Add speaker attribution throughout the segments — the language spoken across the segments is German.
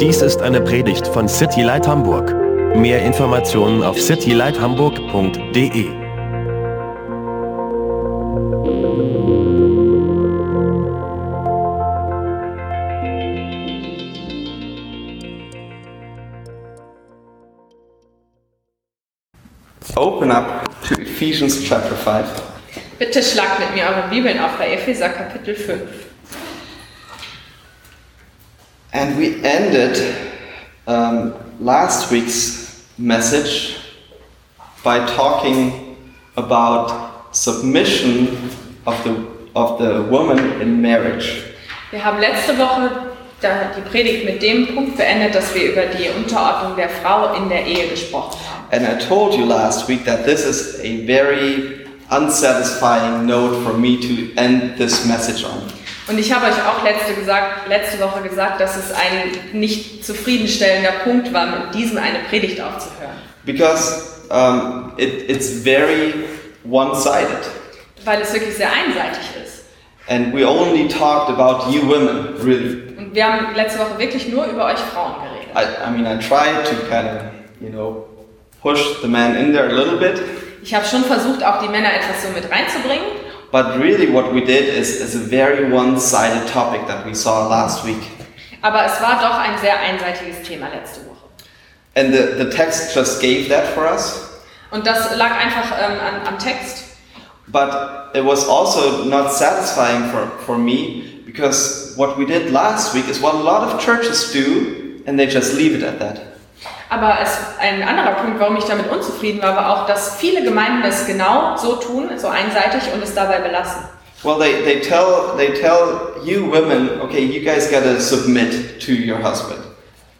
Speaker 1: Dies ist eine Predigt von City Light Hamburg. Mehr Informationen auf citylighthamburg.de.
Speaker 2: Open up to Ephesians chapter 5.
Speaker 3: Bitte schlagt mit mir eure Bibeln auf bei Epheser Kapitel 5.
Speaker 2: And we ended um, last week's message by talking about submission of the, of the woman in marriage.
Speaker 3: Wir haben letzte Woche da- die Predigt mit dem Punkt beendet, dass wir über die Unterordnung der Frau in der Ehe gesprochen haben.
Speaker 2: And I told you last week that this is a very unsatisfying note for me to end this message on.
Speaker 3: Und ich habe euch auch letzte, gesagt, letzte Woche gesagt, dass es ein nicht zufriedenstellender Punkt war, mit diesem eine Predigt aufzuhören.
Speaker 2: Because um, it, it's very one sided.
Speaker 3: Weil es wirklich sehr einseitig ist.
Speaker 2: And we only talked about you women, really.
Speaker 3: Und wir haben letzte Woche wirklich nur über euch Frauen geredet.
Speaker 2: I, I mean, I tried to kind of, you know, push the man in there a little bit,
Speaker 3: Ich habe schon versucht, auch die Männer etwas so mit reinzubringen.
Speaker 2: but really what we did is, is a very one sided topic that we saw last week.
Speaker 3: Aber es war doch ein sehr einseitiges Thema letzte Woche.
Speaker 2: And the, the text just gave that for us,
Speaker 3: Und das lag einfach ähm, an, am Text.
Speaker 2: but it was also not satisfying for, for me because what we did last week is what a lot of churches do, and they just leave it at that.
Speaker 3: Aber es, ein anderer Punkt, warum ich damit unzufrieden war, war auch, dass viele Gemeinden es genau so tun, so einseitig und es dabei belassen.
Speaker 2: Well, they, they, tell, they tell you women, okay, you guys gotta submit to your husband.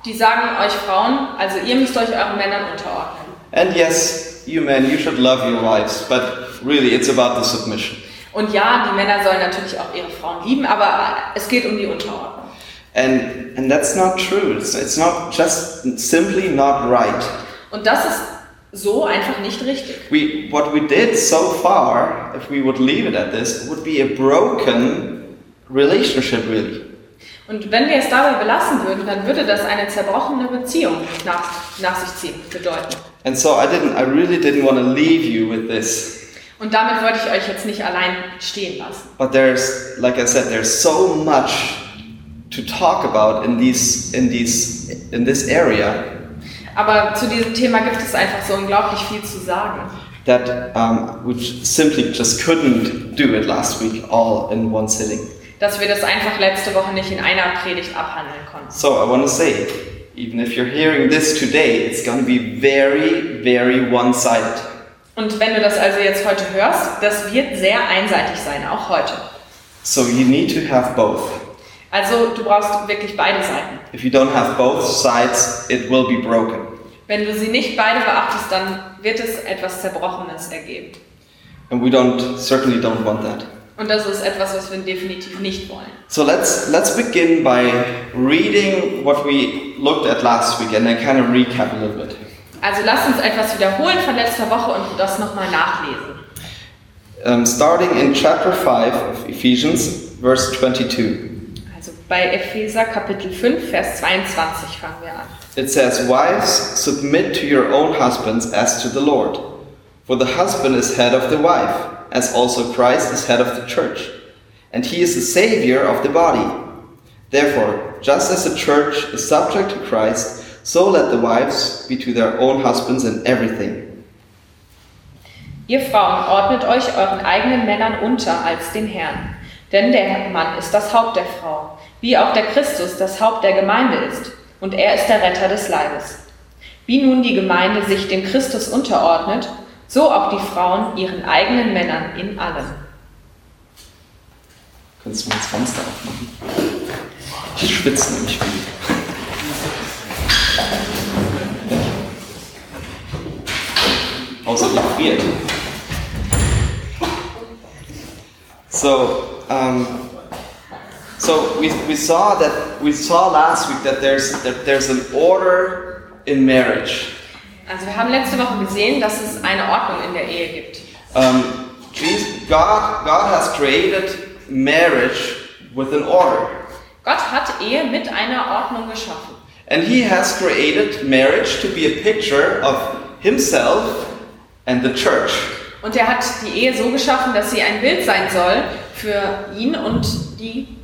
Speaker 3: Die sagen euch Frauen, also ihr müsst euch euren Männern unterordnen.
Speaker 2: And yes, you men, you should love your wives, but really it's about the submission.
Speaker 3: Und ja, die Männer sollen natürlich auch ihre Frauen lieben, aber es geht um die Unterordnung.
Speaker 2: And and that's not true. It's, it's not just simply not right.
Speaker 3: Und das ist so einfach nicht richtig.
Speaker 2: We what we did so far, if we would leave it at this, would be a broken relationship really.
Speaker 3: Und wenn wir es dabei belassen würden, dann würde das eine zerbrochene Beziehung nach, nach sich ziehen, bedeuten.
Speaker 2: And so I didn't I really didn't want to leave you with this.
Speaker 3: Und damit wollte ich euch jetzt nicht allein stehen lassen.
Speaker 2: But there's like I said, there's so much to talk about in these in these in this area
Speaker 3: Aber zu diesem Thema gibt es einfach so unglaublich viel zu sagen.
Speaker 2: that um, we j- simply just couldn't do it last week all in one sitting.
Speaker 3: Dass wir das einfach letzte Woche nicht in einer Predigt abhandeln konnten.
Speaker 2: So I want to say, even if you're hearing this today, it's going to be very, very one-sided.
Speaker 3: Und wenn du das also jetzt heute hörst, das wird sehr einseitig sein, auch heute.
Speaker 2: So you need to have both.
Speaker 3: Also du brauchst wirklich beide Seiten.
Speaker 2: If you don't have both sides, it will be broken.
Speaker 3: Wenn du sie nicht beide beachtest, dann wird es etwas Zerbrochenes ergeben.
Speaker 2: And we don't certainly don't want that.
Speaker 3: Und das ist etwas, was wir definitiv nicht wollen.
Speaker 2: So let's let's begin by reading what we looked at last week and then kind of recap a little bit.
Speaker 3: Also lass uns etwas wiederholen von letzter Woche und das nochmal nachlesen.
Speaker 2: Um, starting in chapter 5 of Ephesians, verse 22.
Speaker 3: Also bei Epheser Kapitel 5, Vers 22 fangen wir an.
Speaker 2: It says, Wives, submit to your own husbands as to the Lord. For the husband is head of the wife, as also Christ is head of the church. And he is the Savior of the body. Therefore, just as the church is subject to Christ, so let the wives be to their own husbands in everything.
Speaker 3: Ihr Frauen ordnet euch euren eigenen Männern unter als dem Herrn. Denn der Mann ist das Haupt der Frau, wie auch der Christus das Haupt der Gemeinde ist, und er ist der Retter des Leibes. Wie nun die Gemeinde sich dem Christus unterordnet, so auch die Frauen ihren eigenen Männern in allem.
Speaker 2: Kannst du mir das Fenster aufmachen? Ich schwitze nämlich viel. Außer die friert. So, um, so we, we saw that we saw last week that there's that there's an order in marriage.
Speaker 3: Also wir haben letzte Woche gesehen, dass es eine Ordnung in der Ehe gibt.
Speaker 2: Um, Jesus, God God has created marriage with an order.
Speaker 3: Gott hat Ehe mit einer Ordnung geschaffen.
Speaker 2: And he has created marriage to be a picture of himself and the church.
Speaker 3: Und er hat die Ehe so geschaffen, dass sie ein Bild sein soll für ihn und die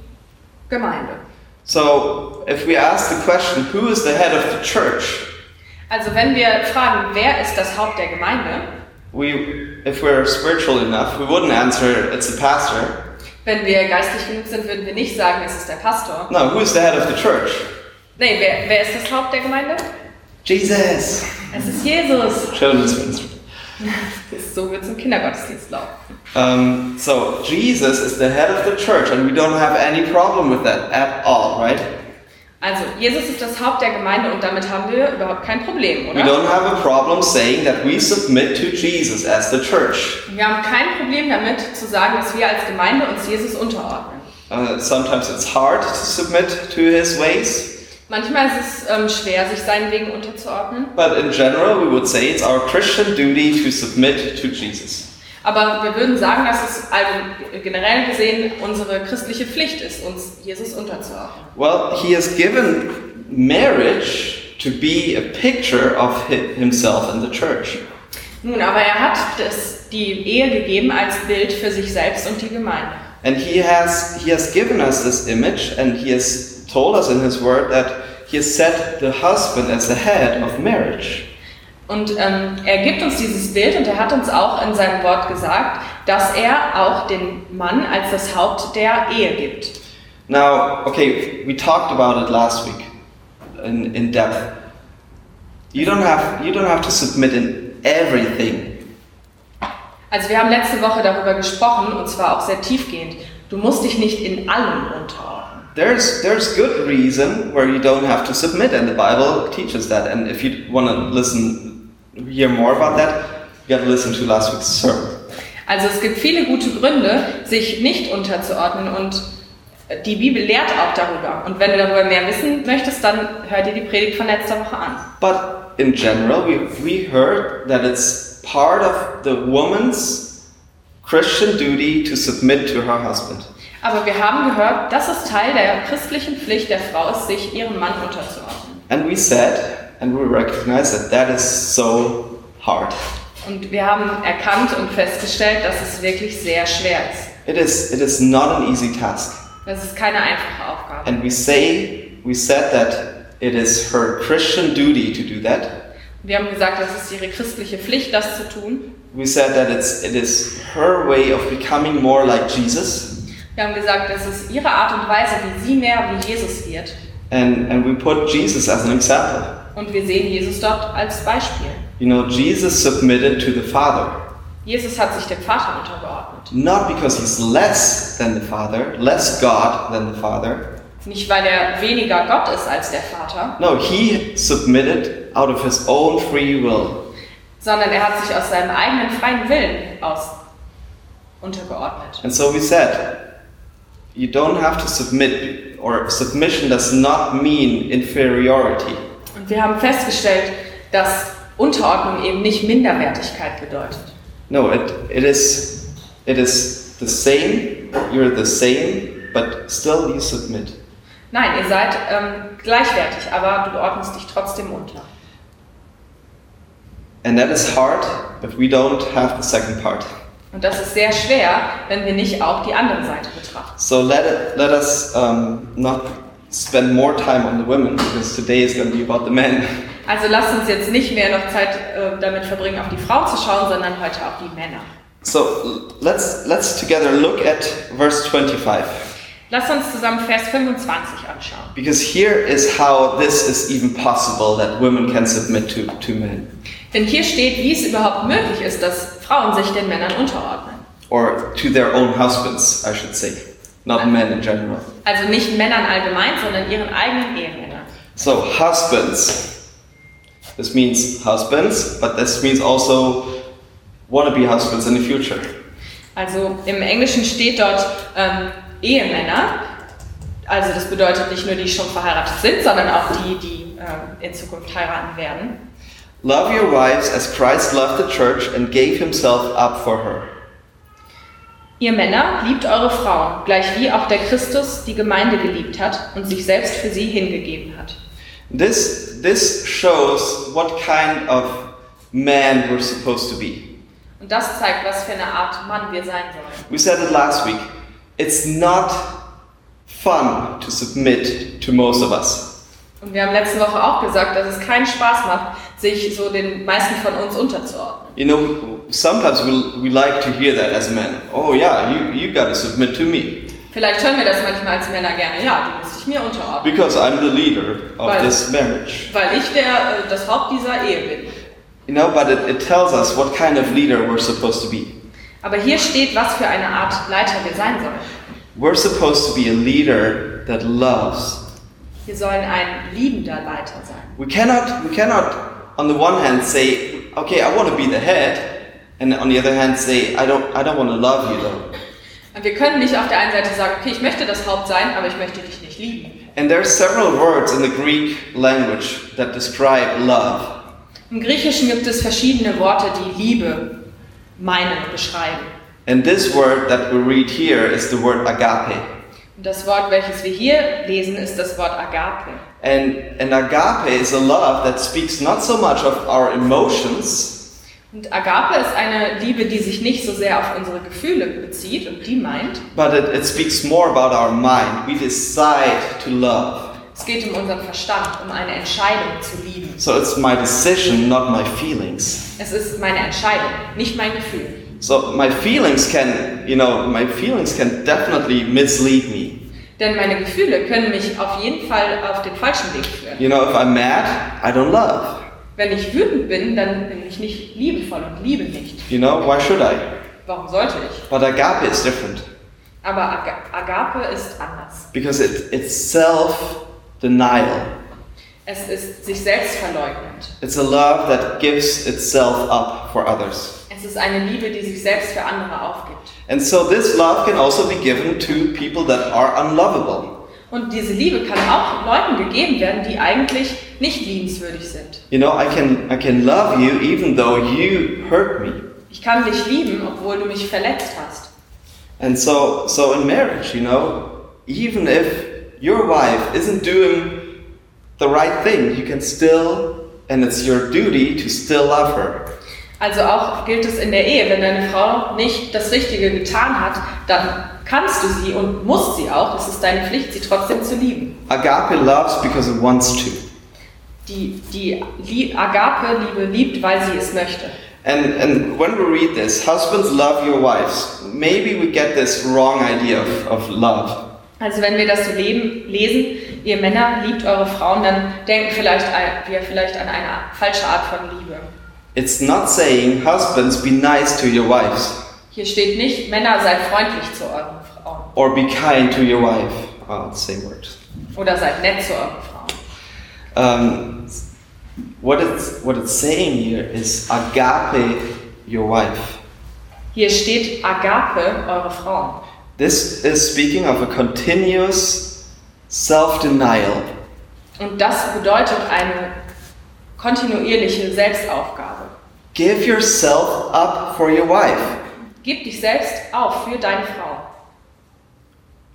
Speaker 3: Gemeinde.
Speaker 2: So, if we ask the question, who is the head of the church?
Speaker 3: Also wenn wir fragen, wer ist das Haupt der Gemeinde,
Speaker 2: We, if we're spiritual enough, we wouldn't answer it's the pastor.
Speaker 3: wenn wir geistlich genug sind, würden wir nicht sagen, es ist der Pastor.
Speaker 2: No, who is the head of the church?
Speaker 3: Nee, wer, wer ist das Haupt der Gemeinde?
Speaker 2: Jesus.
Speaker 3: Es ist Jesus.
Speaker 2: Children's ministry.
Speaker 3: So wird es im Kindergottesdienst laufen.
Speaker 2: Um, so Jesus is the head of the church, and we don't have any problem with that at all, right?
Speaker 3: Also, Jesus ist das Haupt der Gemeinde und damit haben wir überhaupt kein Problem,
Speaker 2: We
Speaker 3: oder?
Speaker 2: don't have a problem saying that we submit to Jesus as the church.
Speaker 3: Wir haben kein Problem damit zu sagen, dass wir als Gemeinde uns Jesus unterordnen.
Speaker 2: Uh, sometimes it's hard to submit to his ways,
Speaker 3: Manchmal ist es ähm, schwer, sich seinen Wegen unterzuordnen,
Speaker 2: but in general, we would say it's our Christian duty to submit to Jesus.
Speaker 3: aber wir würden sagen, dass es also generell gesehen unsere christliche Pflicht ist, uns Jesus unterzuordnen.
Speaker 2: Well, he has given marriage to be a picture of hi- himself and the church.
Speaker 3: Nun, aber er hat das, die Ehe gegeben als Bild für sich selbst und die Gemeinde.
Speaker 2: And he has he has given us this image, and he has told us in his word that he has set the husband as the head of marriage.
Speaker 3: Und ähm, er gibt uns dieses Bild und er hat uns auch in seinem Wort gesagt, dass er auch den Mann als das Haupt der Ehe gibt.
Speaker 2: Now, okay, we talked about it last week in, in depth. You don't have you don't have to submit in everything.
Speaker 3: Also wir haben letzte Woche darüber gesprochen und zwar auch sehr tiefgehend. Du musst dich nicht in allem unterordnen.
Speaker 2: There's there's good reason where you don't have to submit, and the Bible teaches that. And if you want to listen, hear more about that, you got to listen to last week's sermon.
Speaker 3: Also es gibt viele gute Gründe, sich nicht unterzuordnen und die Bibel lehrt auch darüber. Und wenn du darüber mehr wissen möchtest, dann hör dir die Predigt von letzter Woche an.
Speaker 2: But in general, we, we heard that it's part of the woman's Christian duty to submit to her husband.
Speaker 3: Aber wir haben gehört, dass es Teil der christlichen Pflicht der Frau ist, sich ihrem Mann unterzuordnen.
Speaker 2: And we said, and we recognize that that is so hard.
Speaker 3: Und wir haben erkannt und festgestellt, dass es wirklich sehr schwer ist.
Speaker 2: It is, it is not an easy task.
Speaker 3: Das ist keine einfache Aufgabe.
Speaker 2: And we say, we said that it is her Christian duty to do that.
Speaker 3: Wir haben gesagt, das ist ihre christliche Pflicht, das zu tun.
Speaker 2: We said that it's, it is her way of becoming more like Jesus.
Speaker 3: Wir haben gesagt, das ist ihre Art und Weise, wie sie mehr wie Jesus wird.
Speaker 2: And, and we put Jesus as an example.
Speaker 3: Und wir sehen Jesus dort als Beispiel.
Speaker 2: You know, Jesus submitted to the Father.
Speaker 3: Jesus hat sich dem Vater untergeordnet.
Speaker 2: Not because he's less than the Father, less God than the Father.
Speaker 3: Nicht, weil er weniger Gott ist als der Vater,
Speaker 2: No, he submitted out of his own free will.
Speaker 3: sondern er hat sich aus seinem eigenen freien Willen aus untergeordnet.
Speaker 2: And so we said, you don't have to submit, or submission does not mean inferiority.
Speaker 3: Und wir haben festgestellt, dass Unterordnung eben nicht Minderwertigkeit bedeutet.
Speaker 2: No, it, it is it is the same, you're the same, but still you submit.
Speaker 3: Nein, ihr seid ähm, gleichwertig, aber du ordnest dich trotzdem unter.
Speaker 2: And that is hard, but we don't have the second part.
Speaker 3: Und das ist sehr schwer, wenn wir nicht auch die andere Seite betrachten.
Speaker 2: So let it, let us um, not spend more time on the women because today is going to be about the men.
Speaker 3: Also lasst uns jetzt nicht mehr noch Zeit äh, damit verbringen, auf die Frau zu schauen, sondern heute auf die Männer.
Speaker 2: So l- let's let's together look at verse 25
Speaker 3: Lasst uns zusammen Vers 25 anschauen.
Speaker 2: because here is how this is even possible that women can submit to to men
Speaker 3: Denn hier steht, wie es überhaupt möglich ist, dass Frauen sich den Männern unterordnen.
Speaker 2: or to their own husbands, I should say, not men in general.
Speaker 3: Also nicht Männern allgemein, sondern ihren eigenen Ehemännern.
Speaker 2: So husbands. This means husbands, but this means also wannabe husbands in the future.
Speaker 3: Also im Englischen steht dort ähm, Ehemänner. Also das bedeutet nicht nur die die schon verheiratet sind, sondern auch die, die ähm, in Zukunft heiraten werden.
Speaker 2: Love your wives as Christ loved the church and gave himself up for her.
Speaker 3: Ihr Männer liebt eure Frauen, gleichwie auch der Christus die Gemeinde geliebt hat und sich selbst für sie hingegeben hat.
Speaker 2: This, this shows what kind of man we're supposed to be.
Speaker 3: Und das zeigt, was für eine Art Mann wir sein sollen.
Speaker 2: We said it last week. It's not fun to submit to most of us.
Speaker 3: Und wir haben letzte Woche auch gesagt, dass es keinen Spaß macht, sich so den meisten von uns unterzuordnen.
Speaker 2: You know, sometimes we, we like to hear that as men. Oh, yeah, you, you gotta submit to me
Speaker 3: Vielleicht hören wir das manchmal als Männer gerne. Ja, du musst dich mir unterordnen,
Speaker 2: because I'm the leader of
Speaker 3: Right.
Speaker 2: this marriage.
Speaker 3: weil ich der, äh, das Haupt dieser Ehe bin.
Speaker 2: You know, but it, it tells us what kind of leader we're supposed to be.
Speaker 3: Aber hier steht, was für eine Art Leiter wir sein sollen.
Speaker 2: We're supposed to be a leader that loves.
Speaker 3: Wir sollen ein liebender Leiter sein.
Speaker 2: We cannot, we cannot, on the one hand, say, okay, I want to be the head, and on the other hand, say, I don't, I don't want to love you though.
Speaker 3: Und wir können nicht auf der einen Seite sagen, okay, ich möchte das Haupt sein, aber ich möchte dich nicht lieben.
Speaker 2: And there are several words in the Greek language that describe love.
Speaker 3: Im Griechischen gibt es verschiedene Worte, die Liebe meinen, beschreiben.
Speaker 2: And this word that we read here is the word agape.
Speaker 3: Und das Wort, welches wir hier lesen, ist das Wort Agape.
Speaker 2: And, and agape is a love that speaks not so much of our emotions,
Speaker 3: Und Agape ist eine Liebe, die sich nicht so sehr auf unsere Gefühle bezieht und die meint,
Speaker 2: but it, it speaks more about our mind. We decide to love.
Speaker 3: es geht um unseren Verstand, um eine Entscheidung zu lieben.
Speaker 2: So it's my decision, not my feelings.
Speaker 3: Es ist meine Entscheidung, nicht mein Gefühl.
Speaker 2: So my feelings can, you know, my feelings can definitely mislead me.
Speaker 3: Denn meine Gefühle können mich auf jeden Fall auf den falschen Weg führen.
Speaker 2: You know, if I'm mad, I don't love.
Speaker 3: Wenn ich wütend bin, dann bin ich nicht liebevoll und liebe nicht.
Speaker 2: You know, why should I?
Speaker 3: Warum sollte ich?
Speaker 2: But agape is different
Speaker 3: Aber Aga- Agape ist anders.
Speaker 2: because it, it's self denial.
Speaker 3: Es ist sich selbst verleugnend.
Speaker 2: It's a love that gives itself up for others.
Speaker 3: Es ist eine Liebe, die sich selbst für andere aufgibt.
Speaker 2: And so this love can also be given to people that are unlovable.
Speaker 3: Und diese Liebe kann auch Leuten gegeben werden, die eigentlich nicht liebenswürdig sind.
Speaker 2: You know, I can I can love you even though you hurt me.
Speaker 3: Ich kann dich lieben, obwohl du mich verletzt hast.
Speaker 2: And so, so in marriage, you know, even if your wife isn't doing the right thing, you can still, and it's your duty to still love her.
Speaker 3: Also auch gilt es in der Ehe, wenn deine Frau nicht das Richtige getan hat, dann kannst du sie und musst sie auch, es ist deine Pflicht, sie trotzdem zu lieben.
Speaker 2: Agape loves because it wants to.
Speaker 3: Die, die Lie- Agape-Liebe liebt, weil sie es möchte.
Speaker 2: And, and when we read this, husbands love your wives. Maybe we get this wrong idea of, of love.
Speaker 3: Also wenn wir das so leben, lesen, ihr Männer liebt eure Frauen, dann denken vielleicht ein- wir vielleicht an eine falsche Art von Liebe.
Speaker 2: It's not saying, husbands, be nice to your wives,
Speaker 3: Hier steht nicht, Männer seid freundlich zu euren Frauen
Speaker 2: or be kind to your wife. Oh, it's the same word.
Speaker 3: oder seid nett zu euren Frauen.
Speaker 2: Um, what it's what it's saying here is agape your wife.
Speaker 3: Hier steht Agape eure Frauen.
Speaker 2: This is speaking of a continuous self-denial.
Speaker 3: Und das bedeutet eine kontinuierliche Selbstaufgabe.
Speaker 2: Give yourself up for your wife.
Speaker 3: Gib dich selbst auf für deine Frau.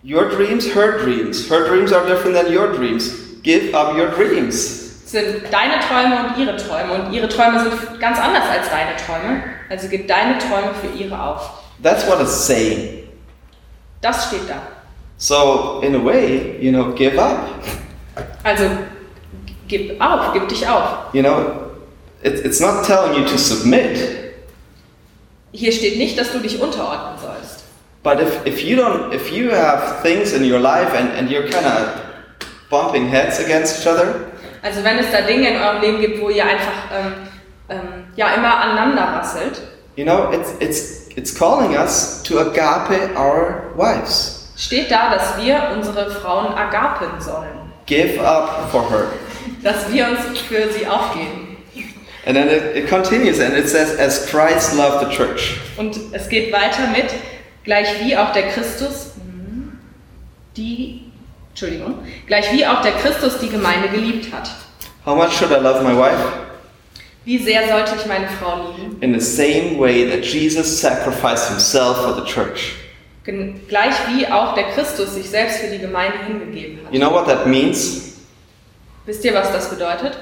Speaker 2: Your dreams, her dreams. Her dreams are different than your dreams. Give up your dreams.
Speaker 3: Es sind deine Träume und ihre Träume. Und ihre Träume sind ganz anders als deine Träume. Also gib deine Träume für ihre auf.
Speaker 2: That's what it's saying.
Speaker 3: Das steht da.
Speaker 2: So in a way, you know, give up.
Speaker 3: Also gib auf, gib dich auf.
Speaker 2: You know, it, it's not telling you to submit.
Speaker 3: Hier steht nicht, dass du dich unterordnen sollst.
Speaker 2: But if, if you don't, if you have things in your life and, and you're kind of bumping heads against each other,
Speaker 3: Also wenn es da Dinge in eurem Leben gibt, wo ihr einfach ähm, ähm, ja immer aneinander rasselt,
Speaker 2: you know, it's, it's, it's calling us to agape our wives.
Speaker 3: steht da, dass wir unsere Frauen agapen sollen.
Speaker 2: Give up for her.
Speaker 3: Dass wir uns für sie aufgeben.
Speaker 2: And then it, it continues and it says, as Christ loved the church.
Speaker 3: Und es geht weiter mit, gleich wie auch der Christus die, Entschuldigung, gleich wie auch der Christus die Gemeinde geliebt hat.
Speaker 2: How much should I love my wife?
Speaker 3: Wie sehr sollte ich meine Frau lieben?
Speaker 2: In the same way that Jesus sacrificed himself for the church.
Speaker 3: Gen- Gleich wie auch der Christus sich selbst für die Gemeinde hingegeben hat.
Speaker 2: You know what that means?
Speaker 3: Wisst ihr, was das bedeutet?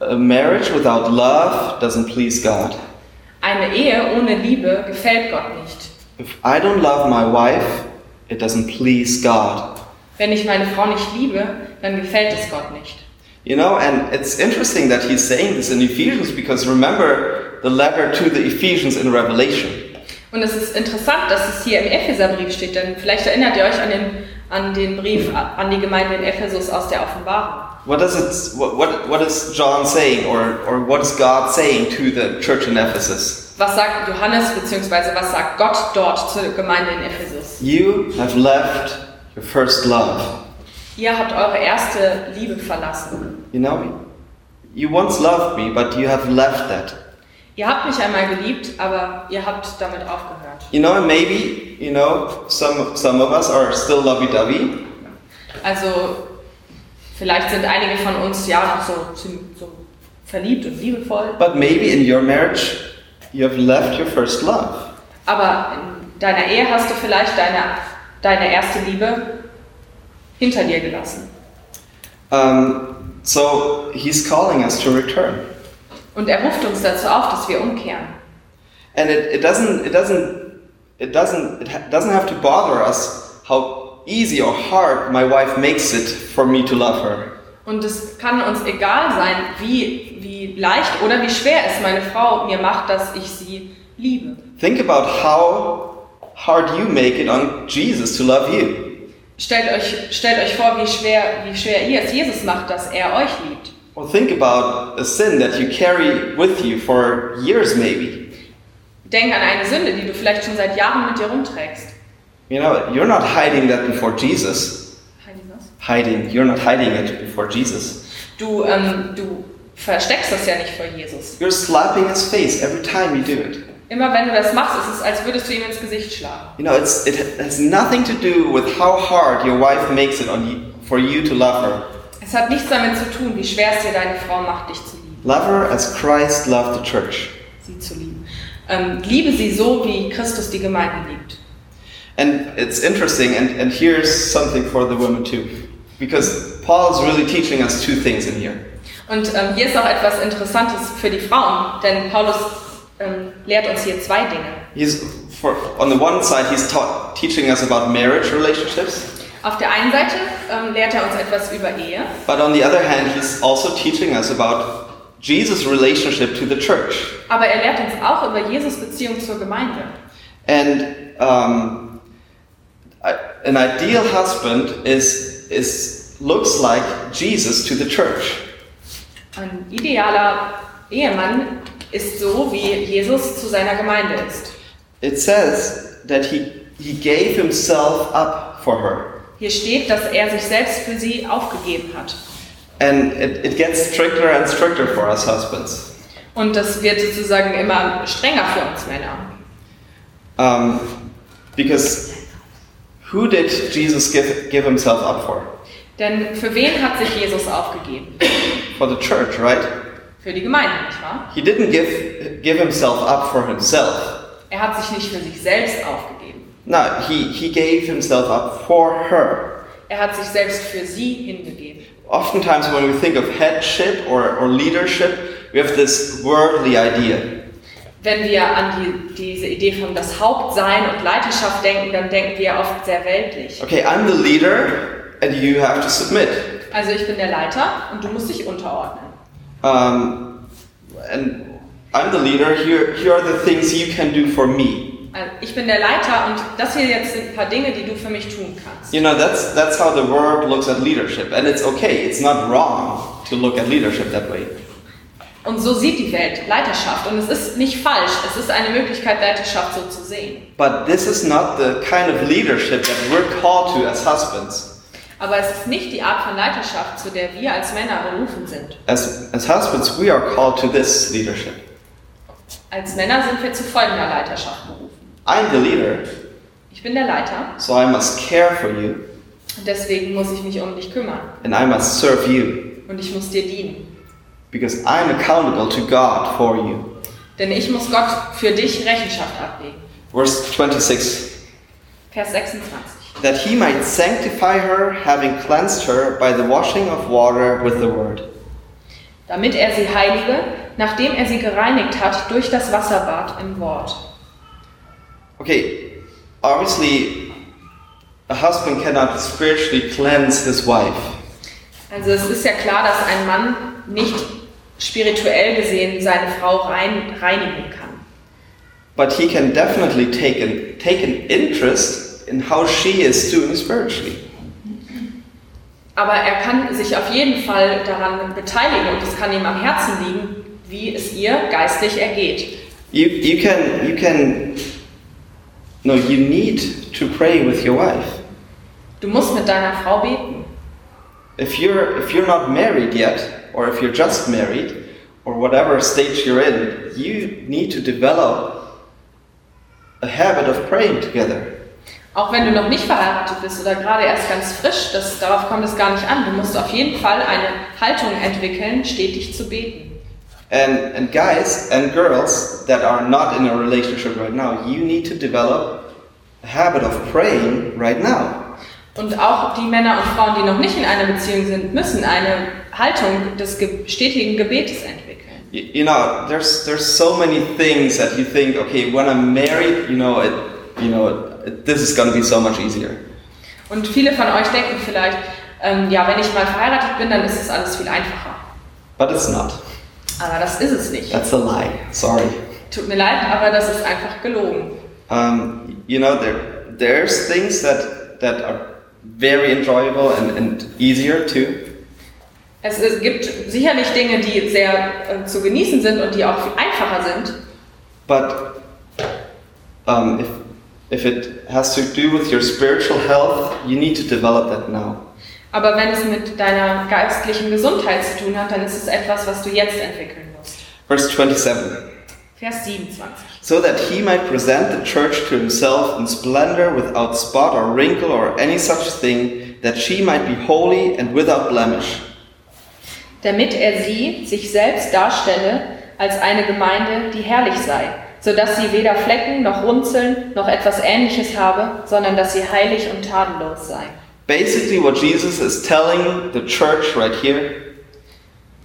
Speaker 2: A marriage without love doesn't please God.
Speaker 3: Eine Ehe ohne Liebe gefällt Gott nicht.
Speaker 2: If I don't love my wife, it doesn't please God.
Speaker 3: Wenn ich meine Frau nicht liebe, dann gefällt es Gott nicht.
Speaker 2: You know, and it's interesting that he's saying this in Ephesians because remember the letter to the Ephesians in Revelation.
Speaker 3: Und es ist interessant, dass es hier im Epheserbrief steht, denn vielleicht erinnert ihr euch an den, an den Brief an die Gemeinde in Ephesus aus der Offenbarung.
Speaker 2: What does it what what, what is John saying or or what is God saying to the church in Ephesus?
Speaker 3: Was sagt Johannes bzw. was sagt Gott dort zur Gemeinde in Ephesus?
Speaker 2: You have left your first love.
Speaker 3: Ihr habt eure erste Liebe verlassen.
Speaker 2: You know, you once loved me, but you have left that.
Speaker 3: Ihr habt mich einmal geliebt, aber ihr habt damit aufgehört.
Speaker 2: You know, and maybe, you know, some some of us are still lovey-dovey,
Speaker 3: Also vielleicht sind einige von uns ja noch so, zu- so verliebt und liebevoll,
Speaker 2: but maybe in your marriage you have left your first love.
Speaker 3: aber in deiner Ehe hast du vielleicht deine, deine erste Liebe hinter dir gelassen.
Speaker 2: Um, so he's calling us to return,
Speaker 3: Und er ruft uns dazu auf, dass wir umkehren.
Speaker 2: and it, it doesn't it doesn't it doesn't it ha- doesn't have to bother us how easy or hard my wife makes it for me to love her.
Speaker 3: Und es kann uns egal sein, wie, wie leicht oder wie schwer es meine Frau mir macht, dass ich sie liebe.
Speaker 2: Think about how hard you make it on Jesus to love you,
Speaker 3: Stellt euch, stellt euch vor, wie schwer, wie schwer ihr es Jesus macht, dass er euch liebt.
Speaker 2: or think about a sin that you carry with you for years, maybe.
Speaker 3: Denk an eine Sünde, die du vielleicht schon seit Jahren mit dir rumträgst.
Speaker 2: You know, you're not hiding that before Jesus.
Speaker 3: Heiliges.
Speaker 2: Hiding, you're not hiding it before Jesus.
Speaker 3: Du, ähm, du versteckst das ja nicht vor Jesus.
Speaker 2: You're slapping his face every time you do it.
Speaker 3: Immer wenn du das machst, ist es, als würdest du ihm ins Gesicht schlagen.
Speaker 2: You know, it's, it has nothing to do with how hard your wife makes it on you, for you to love her.
Speaker 3: Es hat nichts damit zu tun, wie schwer es dir deine Frau macht, dich zu lieben,
Speaker 2: Love her as Christ loved the church.
Speaker 3: sie zu lieben. Ähm, liebe sie so, wie Christus die Gemeinde liebt.
Speaker 2: And it's interesting, and, and here's something for the women too. Because Paul is really teaching us two things in here.
Speaker 3: Und ähm, hier ist auch etwas Interessantes für die Frauen, denn Paulus ähm, lehrt uns hier zwei Dinge.
Speaker 2: He's, for, on the one side, he's taught, teaching us about marriage relationships,
Speaker 3: Auf der einen Seite ähm, lehrt er uns etwas über Ehe,
Speaker 2: but on the other hand, he's also teaching us about Jesus' relationship to the church.
Speaker 3: aber er lehrt uns auch über Jesus Beziehung zur Gemeinde.
Speaker 2: And um, I- an ideal husband is is looks like Jesus to the church.
Speaker 3: Ein idealer Ehemann ist so, wie Jesus zu seiner Gemeinde ist.
Speaker 2: It says that he he gave himself up for her,
Speaker 3: Hier steht, dass er sich selbst für sie aufgegeben hat.
Speaker 2: and it, it gets stricter and stricter for us husbands.
Speaker 3: Und das wird sozusagen immer strenger für uns Männer.
Speaker 2: Um, because who did Jesus give give himself up for?
Speaker 3: Denn für wen hat sich Jesus aufgegeben?
Speaker 2: For the church, right?
Speaker 3: Für die Gemeinde, nicht wahr?
Speaker 2: He didn't give give himself up for himself.
Speaker 3: Er hat sich nicht für sich selbst aufgegeben.
Speaker 2: No, he, he gave himself up for her.
Speaker 3: Er hat sich selbst für sie hingegeben.
Speaker 2: Oftentimes, when we think of headship or, or leadership, we have this worldly idea.
Speaker 3: Wenn wir an die, diese Idee von das Hauptsein und Leiterschaft denken, dann denken wir oft sehr weltlich.
Speaker 2: Okay, I'm the leader, and you have to submit.
Speaker 3: Also ich bin der Leiter und du musst dich unterordnen.
Speaker 2: Um, and I'm the leader, here, here are the things you can do for me.
Speaker 3: Also ich bin der Leiter und das hier jetzt sind ein paar Dinge, die du für mich tun kannst.
Speaker 2: You know, that's, that's how the world looks at leadership, and it's okay, it's not wrong to look at leadership that way.
Speaker 3: Und so sieht die Welt Leiterschaft. Und es ist nicht falsch. Es ist eine Möglichkeit, Leiterschaft so zu sehen.
Speaker 2: But this is not the kind of leadership that we're called to as husbands.
Speaker 3: Aber es ist nicht die Art von Leiterschaft, zu der wir als Männer berufen sind.
Speaker 2: As, as husbands, we are called to this leadership.
Speaker 3: Als Männer sind wir zu folgender Leiterschaft berufen.
Speaker 2: I'm the leader,
Speaker 3: Ich bin der Leiter
Speaker 2: so I must care for you.
Speaker 3: und deswegen muss ich mich um dich kümmern.
Speaker 2: and I must serve you
Speaker 3: Und ich muss dir dienen.
Speaker 2: because I'm accountable to God for you.
Speaker 3: Denn ich muss Gott für dich Rechenschaft ablegen.
Speaker 2: Verse 26
Speaker 3: Vers 26.
Speaker 2: that he might sanctify her, having cleansed her by the washing of water with the word,
Speaker 3: damit er sie heilige, nachdem er sie gereinigt hat durch das Wasserbad im Wort.
Speaker 2: Okay, obviously, a husband cannot spiritually cleanse his wife.
Speaker 3: Also es ist ja klar, dass ein Mann nicht spirituell gesehen seine Frau rein, reinigen kann.
Speaker 2: But he can definitely take an, take an interest in how she is doing spiritually.
Speaker 3: Aber er kann sich auf jeden Fall daran beteiligen und es kann ihm am Herzen liegen, wie es ihr geistlich ergeht.
Speaker 2: You, you can, you can, no, you need to pray with your wife.
Speaker 3: Du musst mit deiner Frau beten.
Speaker 2: If you're, if you're not married yet, or if you're just married, or whatever stage you're in, you need to develop a habit of praying together.
Speaker 3: Auch wenn du noch nicht verheiratet bist oder gerade erst ganz frisch, das, darauf kommt es gar nicht an. Du musst auf jeden Fall eine Haltung entwickeln, stetig zu beten.
Speaker 2: And, and guys and girls that are not in a relationship right now, you need to develop a habit of praying right now.
Speaker 3: Und auch die Männer und Frauen, die noch nicht in einer Beziehung sind, müssen eine Haltung des ge stetigen Gebetes entwickeln.
Speaker 2: You, you know, there's there's so many things that you think, okay, when I'm married, you know, it, you know, it, this is gonna be so much easier.
Speaker 3: Und viele von euch denken vielleicht, ähm, ja, wenn ich mal verheiratet bin, dann ist es alles viel einfacher.
Speaker 2: But it's not.
Speaker 3: Aber das ist es nicht.
Speaker 2: That's a lie. Sorry.
Speaker 3: Tut mir leid, aber das ist einfach gelogen.
Speaker 2: Um, you know, there there's things that that are very enjoyable and, and easier too.
Speaker 3: Es, es gibt sicherlich Dinge, die sehr äh, zu genießen sind und die auch viel einfacher sind.
Speaker 2: But um, if if it has to do with your spiritual health, you need to develop that now.
Speaker 3: Aber wenn es mit deiner geistlichen Gesundheit zu tun hat, dann ist es etwas, was du jetzt entwickeln musst.
Speaker 2: Verse 27.
Speaker 3: Vers 27.
Speaker 2: so that he might present the church to himself in splendor without spot or wrinkle or any such thing, that she might be holy and without blemish.
Speaker 3: Damit er sie sich selbst darstelle als eine Gemeinde, die herrlich sei, so dass sie weder Flecken noch Runzeln noch etwas ähnliches habe, sondern dass sie heilig und tadellos sei.
Speaker 2: Basically, what Jesus is telling the church right here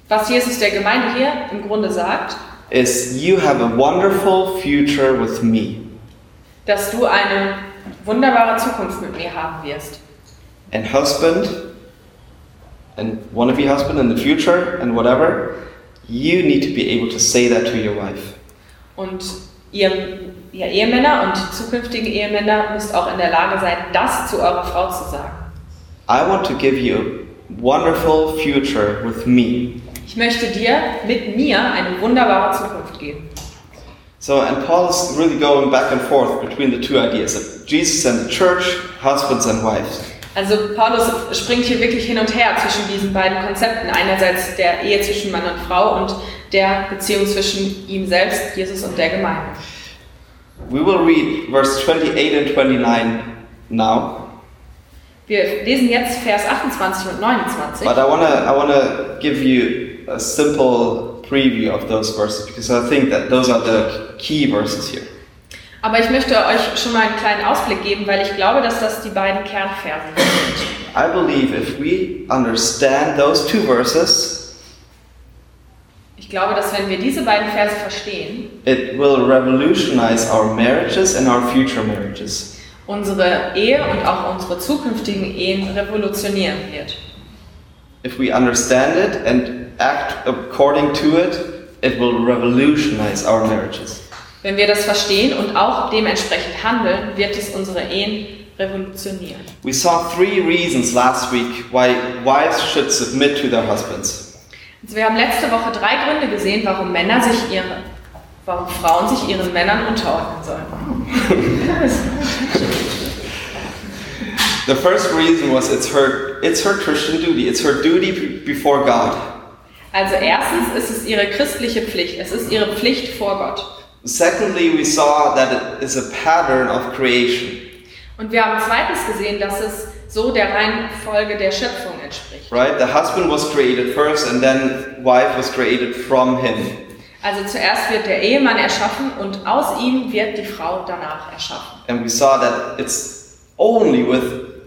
Speaker 3: Was Jesus der Gemeinde hier im Grunde sagt,
Speaker 2: is you have a wonderful future with me.
Speaker 3: dass du eine wunderbare Zukunft mit mir haben wirst.
Speaker 2: And husband, and wanna be husband in the future, and whatever, you need to be able to say that to your wife.
Speaker 3: Und ihr, ihr Ehemänner und die zukünftigen Ehemänner müsst auch in der Lage sein, das zu eurer Frau zu sagen.
Speaker 2: I want to give you a wonderful future with me.
Speaker 3: Ich möchte dir mit mir eine wunderbare Zukunft geben.
Speaker 2: So, and Paul is really going back and forth between the two ideas of Jesus and the church, husbands and wives.
Speaker 3: Also Paulus springt hier wirklich hin und her zwischen diesen beiden Konzepten. Einerseits der Ehe zwischen Mann und Frau und der Beziehung zwischen ihm selbst, Jesus und der Gemeinde.
Speaker 2: We will read verse 28 and 29 now,
Speaker 3: Wir lesen jetzt Vers 28 und 29.
Speaker 2: but I wanna I wanna give you a simple preview of those verses because I think that those are the key verses here.
Speaker 3: Aber ich möchte euch schon mal einen kleinen Ausblick geben, weil ich glaube, dass das die beiden Kernverse sind.
Speaker 2: I believe if we understand those two verses,
Speaker 3: Ich glaube, dass wenn wir diese beiden Verse verstehen,
Speaker 2: it will revolutionize our marriages and our future marriages.
Speaker 3: unsere Ehe und auch unsere zukünftigen Ehen revolutionieren wird.
Speaker 2: If we understand it and act according to it, it will revolutionize our marriages.
Speaker 3: Wenn wir das verstehen und auch dementsprechend handeln, wird es unsere Ehen revolutionieren.
Speaker 2: We saw three reasons last week why wives should submit to their husbands.
Speaker 3: Also wir haben letzte Woche drei Gründe gesehen, warum Männer sich ihre, warum Frauen sich ihren Männern unterordnen sollen.
Speaker 2: The first reason was it's her it's her Christian duty. It's her duty b- before God.
Speaker 3: Also erstens ist es ihre christliche Pflicht. Es ist ihre Pflicht vor Gott.
Speaker 2: Secondly, we saw that it is a pattern of creation,
Speaker 3: Und wir haben zweitens gesehen, dass es so der Reihenfolge der Schöpfung entspricht.
Speaker 2: right? The husband was created first and then wife was created from him.
Speaker 3: Also zuerst wird der Ehemann erschaffen und aus ihm wird die Frau danach erschaffen.
Speaker 2: And we saw that it's only with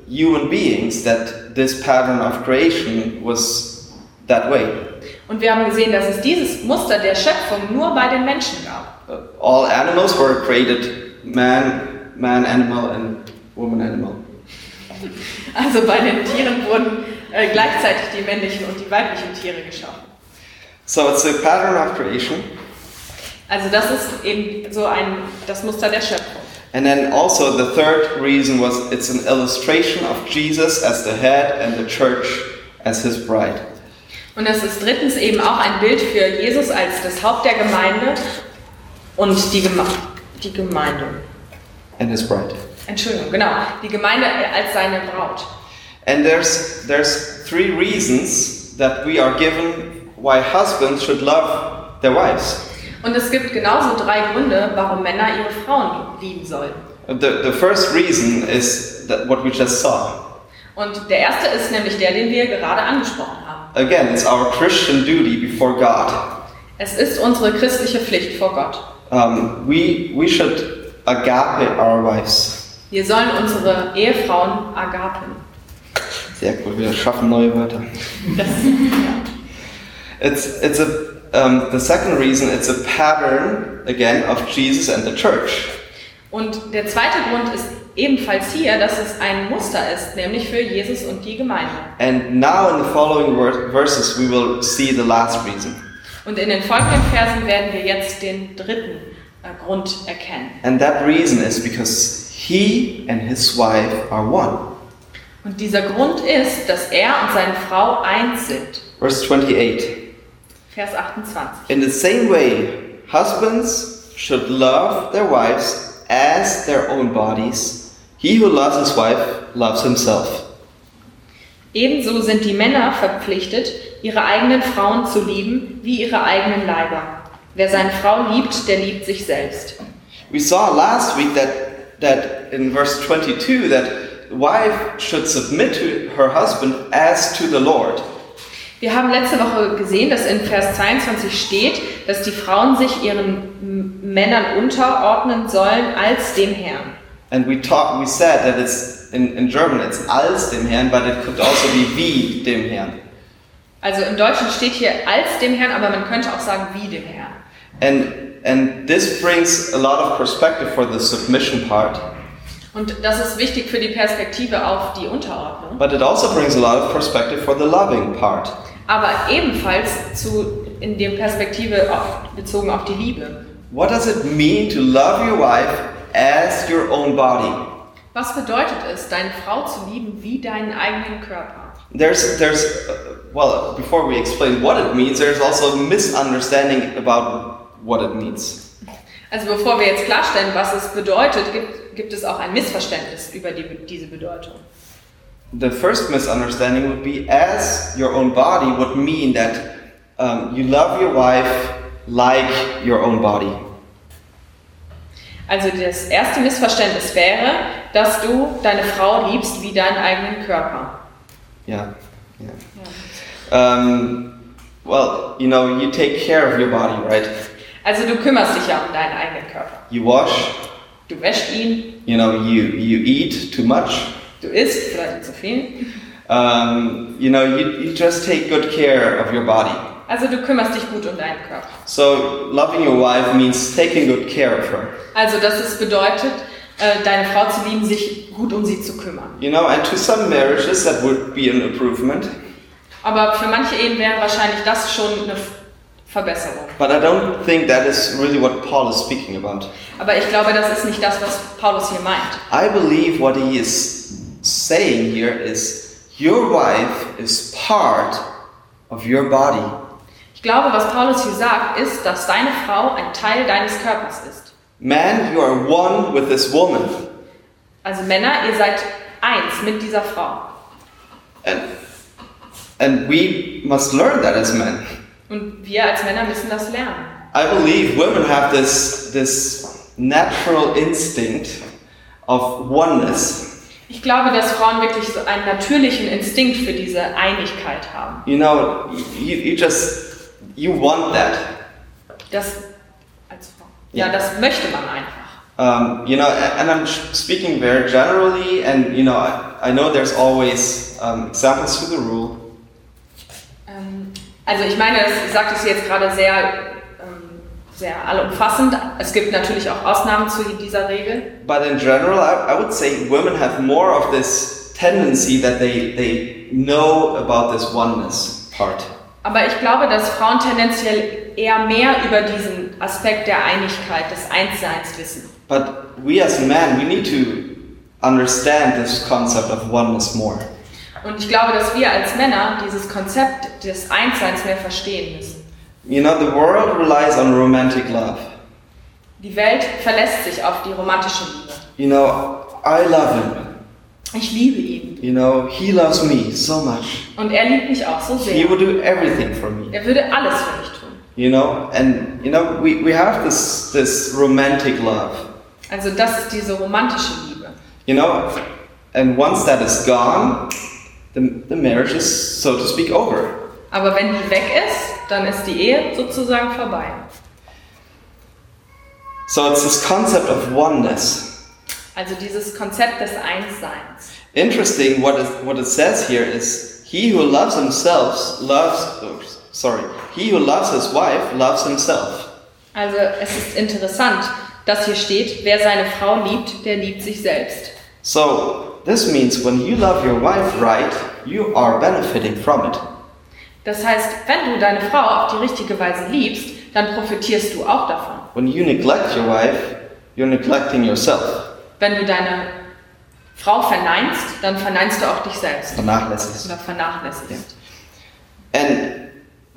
Speaker 2: human beings that this pattern of creation was that way.
Speaker 3: Und wir haben gesehen, dass es dieses Muster der Schöpfung nur bei den Menschen gab.
Speaker 2: Uh, all animals were created man, man animal, and woman animal.
Speaker 3: Also bei den Tieren wurden äh, gleichzeitig die männlichen und die weiblichen Tiere geschaffen.
Speaker 2: So it's a pattern of creation.
Speaker 3: Also das ist eben so ein, das Muster der Schöpfung.
Speaker 2: And then also the third reason was it's an illustration of Jesus as the head and the church as his bride.
Speaker 3: Und es ist drittens eben auch ein Bild für Jesus als das Haupt der Gemeinde und die, Gema die Gemeinde.
Speaker 2: And his bride.
Speaker 3: Entschuldigung, genau. Die Gemeinde als seine Braut.
Speaker 2: And there's there's three reasons that we are given why husbands should love their wives.
Speaker 3: Und es gibt genauso drei Gründe, warum Männer ihre Frauen lieben sollen.
Speaker 2: The, the first reason is that what we just saw.
Speaker 3: Und der erste ist nämlich der, den wir gerade angesprochen haben.
Speaker 2: Again, it's our Christian duty before God.
Speaker 3: Es ist unsere christliche Pflicht vor Gott.
Speaker 2: Um, we we should agape our wives.
Speaker 3: Wir sollen unsere Ehefrauen agapen.
Speaker 2: Sehr cool, wir schaffen neue Wörter.
Speaker 3: Das,
Speaker 2: It's it's a um, the second reason it's a pattern again of Jesus and the church.
Speaker 3: Und der zweite Grund ist ebenfalls hier, dass es ein Muster ist, nämlich für Jesus und die Gemeinde.
Speaker 2: And now in the following ver- verses we will see the last reason.
Speaker 3: Und in den folgenden Versen werden wir jetzt den dritten äh, Grund erkennen.
Speaker 2: And that reason is because he and his wife are one.
Speaker 3: Und dieser Grund ist, dass er und seine Frau eins sind.
Speaker 2: Verse 28.
Speaker 3: Vers 28.
Speaker 2: In the same way, husbands should love their wives as their own bodies. He who loves his wife loves himself.
Speaker 3: Ebenso sind die Männer verpflichtet, ihre eigenen Frauen zu lieben wie ihre eigenen Leiber. Wer seine Frau liebt, der liebt sich selbst.
Speaker 2: We saw last week that, that in verse 22 that wife should submit to her husband as to the Lord.
Speaker 3: Wir haben letzte Woche gesehen, dass in Vers 22 steht, dass die Frauen sich ihren M- Männern unterordnen sollen als dem Herrn.
Speaker 2: And we talked, we said that it's in, in German it's als dem Herrn, but it could also be wie dem Herrn.
Speaker 3: Also im Deutschen steht hier als dem Herrn, aber man könnte auch sagen wie dem Herrn.
Speaker 2: And and this brings a lot of perspective for the submission part,
Speaker 3: Und das ist wichtig für die Perspektive auf die Unterordnung,
Speaker 2: but it also brings a lot of perspective for the loving part.
Speaker 3: aber ebenfalls zu, in der Perspektive auf, bezogen auf die Liebe.
Speaker 2: What does it mean to love your wife as your own body?
Speaker 3: Was bedeutet es, deine Frau zu lieben wie deinen eigenen Körper?
Speaker 2: There's there's uh, well before we explain what it means, there's also a misunderstanding about what it means.
Speaker 3: Also bevor wir jetzt klarstellen, was es bedeutet, gibt, gibt es auch ein Missverständnis über die, diese Bedeutung.
Speaker 2: The first misunderstanding would be as your own body would mean that um, you love your wife like your own body.
Speaker 3: Also das erste Missverständnis wäre, dass du deine Frau liebst wie deinen eigenen Körper.
Speaker 2: Yeah. yeah. Um, well, you know, you take care of your body, right?
Speaker 3: Also du kümmerst dich ja um deinen eigenen Körper.
Speaker 2: You wash,
Speaker 3: Du wäschst ihn,
Speaker 2: you know, you, you eat too much.
Speaker 3: du isst vielleicht zu viel.
Speaker 2: Um, you know, you, you just take good care of your body.
Speaker 3: Also du kümmerst dich gut um deinen Körper.
Speaker 2: So, loving your wife means taking good care of her.
Speaker 3: Also dass es bedeutet, äh, deine Frau zu lieben, sich gut um sie zu kümmern.
Speaker 2: You know, and to some marriages that would be an improvement.
Speaker 3: Aber für manche Ehen wäre wahrscheinlich das schon eine F- Verbesserung.
Speaker 2: But I don't think that is really what Paul is speaking about.
Speaker 3: Aber ich glaube, das ist nicht das, was Paulus hier meint.
Speaker 2: I believe what he is saying here is your wife is part of your body.
Speaker 3: Ich glaube, was Paulus hier sagt, ist, dass deine Frau ein Teil deines Körpers ist.
Speaker 2: Man, you are one with this woman.
Speaker 3: Also Männer, ihr seid eins mit dieser Frau.
Speaker 2: And, and we must learn that as men.
Speaker 3: Und wir als Männer müssen das lernen.
Speaker 2: I believe women have this, this natural instinct of oneness.
Speaker 3: Ich glaube, dass Frauen wirklich so einen natürlichen Instinkt für diese Einigkeit haben.
Speaker 2: You know, you, you just, you want that.
Speaker 3: Das als Frau.
Speaker 2: Ja.
Speaker 3: Ja, das möchte man einfach.
Speaker 2: um, you know, a- and I'm sh- speaking very generally, and you know, I, I know there's always um, examples to the rule,
Speaker 3: Ähm, Also ich meine, das- ich sage das jetzt gerade sehr, ähm, sehr allumfassend. Es gibt natürlich auch Ausnahmen zu dieser Regel.
Speaker 2: But in general, I, I would say women have more of this tendency that they, they know about this oneness part.
Speaker 3: Aber ich glaube, dass Frauen tendenziell eher mehr über diesen Aspekt der Einigkeit, des Einsseins wissen.
Speaker 2: But we as men, we need to understand this concept of oneness more.
Speaker 3: Und ich glaube, dass wir als Männer dieses Konzept des Einsseins mehr verstehen müssen.
Speaker 2: You know, the world relies on romantic love.
Speaker 3: Die Welt verlässt sich auf die romantische Liebe.
Speaker 2: You know, I love him.
Speaker 3: Ich liebe ihn.
Speaker 2: You know, he loves me so much.
Speaker 3: Und er liebt mich auch so
Speaker 2: He
Speaker 3: sehr.
Speaker 2: would do everything for me.
Speaker 3: Er würde alles für mich tun.
Speaker 2: You know, and you know, we, we have this this romantic love.
Speaker 3: Also das ist diese romantische Liebe.
Speaker 2: You know, and once that is gone, the, the marriage is so to speak over.
Speaker 3: Aber wenn die weg ist, dann ist die Ehe sozusagen vorbei.
Speaker 2: So it's this concept of oneness.
Speaker 3: Also dieses Konzept des Einsseins.
Speaker 2: Interesting what it, what it says here is he who loves himself loves oh, sorry, he who loves his wife loves himself.
Speaker 3: Also es ist interessant, dass hier steht, wer seine Frau liebt, der liebt sich selbst.
Speaker 2: So this means when you love your wife right, you are benefiting from it.
Speaker 3: Das heißt, wenn du deine Frau auf die richtige Weise liebst, dann profitierst du auch davon.
Speaker 2: When you neglect your wife, you're neglecting yourself.
Speaker 3: Wenn du deine Frau verneinst, dann verneinst du auch dich selbst
Speaker 2: Vernachlässigst.
Speaker 3: oder vernachlässigst.
Speaker 2: And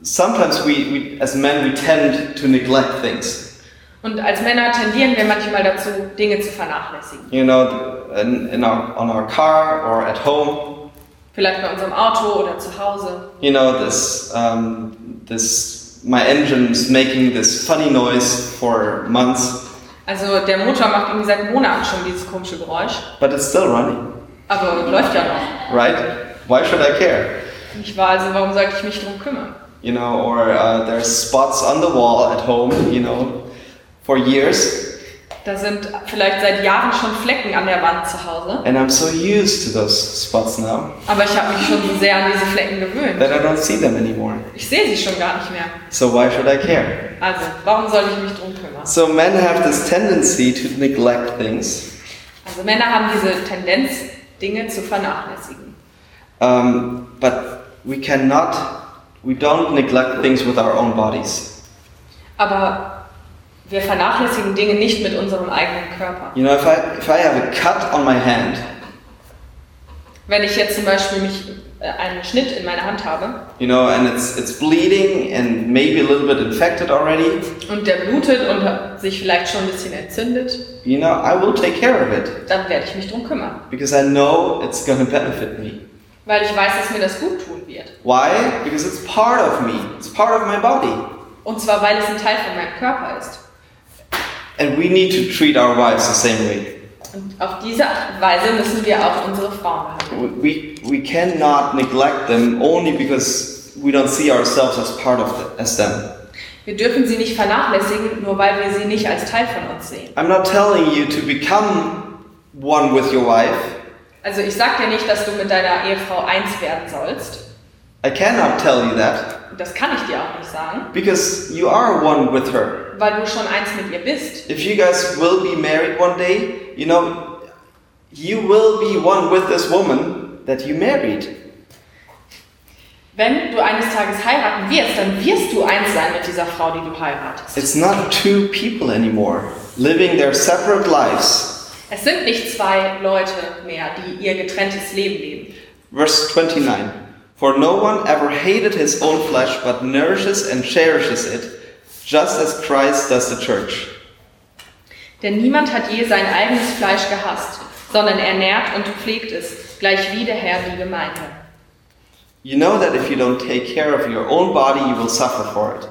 Speaker 2: sometimes we, we, as men, we tend to neglect things.
Speaker 3: Und als Männer tendieren wir manchmal dazu, Dinge zu vernachlässigen.
Speaker 2: You know, in, in our, on our car or at home.
Speaker 3: Vielleicht bei unserem Auto oder zu Hause.
Speaker 2: You know, this, um, this, my engine's making this funny noise for months,
Speaker 3: Also der Motor macht irgendwie seit Monaten schon dieses komische Geräusch,
Speaker 2: but it's still running,
Speaker 3: aber läuft ja noch.
Speaker 2: right? Why should I care?
Speaker 3: Ich war also, warum sollte ich mich drum kümmern?
Speaker 2: You know, or uh, there's spots on the wall at home, you know, for years,
Speaker 3: Da sind vielleicht seit Jahren schon Flecken an der Wand zu Hause,
Speaker 2: and I'm so used to those spots now.
Speaker 3: aber ich habe mich schon so sehr an diese Flecken gewöhnt.
Speaker 2: that I don't see them anymore.
Speaker 3: Ich sehe sie schon gar nicht mehr.
Speaker 2: So why should I care?
Speaker 3: Also, warum soll ich mich drum kümmern?
Speaker 2: So men have this tendency to neglect things.
Speaker 3: Also Männer haben diese Tendenz, Dinge zu vernachlässigen.
Speaker 2: Um, but we cannot, we don't neglect things with our own bodies.
Speaker 3: Aber wir vernachlässigen Dinge nicht mit unserem eigenen Körper.
Speaker 2: You know, if I, if I have a cut on my hand,
Speaker 3: Wenn ich jetzt zum Beispiel mich äh, einen Schnitt in meiner Hand habe
Speaker 2: you know, and it's, it's bleeding and maybe a little bit infected already,
Speaker 3: und der blutet und sich vielleicht schon ein bisschen entzündet,
Speaker 2: you know, I will take care of it
Speaker 3: dann werde ich mich drum kümmern,
Speaker 2: because I know it's going to benefit me.
Speaker 3: weil ich weiß, dass mir das gut tun wird.
Speaker 2: Why? Because it's part of me. It's part of my body.
Speaker 3: Und zwar, weil es ein Teil von meinem Körper ist.
Speaker 2: And we need to treat our wives the same way.
Speaker 3: Und auf diese Weise müssen wir auch unsere Frauen behandeln.
Speaker 2: we, we cannot neglect them only because we don't see ourselves as part of the, as them.
Speaker 3: Wir dürfen sie nicht vernachlässigen, nur weil wir sie nicht als Teil von uns sehen.
Speaker 2: I'm not telling you to become one with your wife.
Speaker 3: Also ich sag dir nicht, dass du mit deiner Ehefrau eins werden sollst.
Speaker 2: I cannot tell you that
Speaker 3: Das kann ich dir auch nicht sagen,
Speaker 2: because you are one with her.
Speaker 3: weil du schon eins mit ihr bist.
Speaker 2: If you guys will be married one day, you know, you will be one with this woman that you married.
Speaker 3: Wenn du eines Tages heiraten wirst, dann wirst du eins sein mit dieser Frau, die du heiratest.
Speaker 2: It's not two people anymore living their separate lives.
Speaker 3: Es sind nicht zwei Leute mehr, die ihr getrenntes Leben leben.
Speaker 2: Verse 29 For no one ever hated his own flesh, but nourishes and cherishes it, just as Christ does the church.
Speaker 3: Denn niemand hat je sein eigenes Fleisch gehasst, sondern ernährt und pflegt es, gleich wie der Herr die Gemeinde.
Speaker 2: You know that if you don't take care of your own body, you will suffer for it.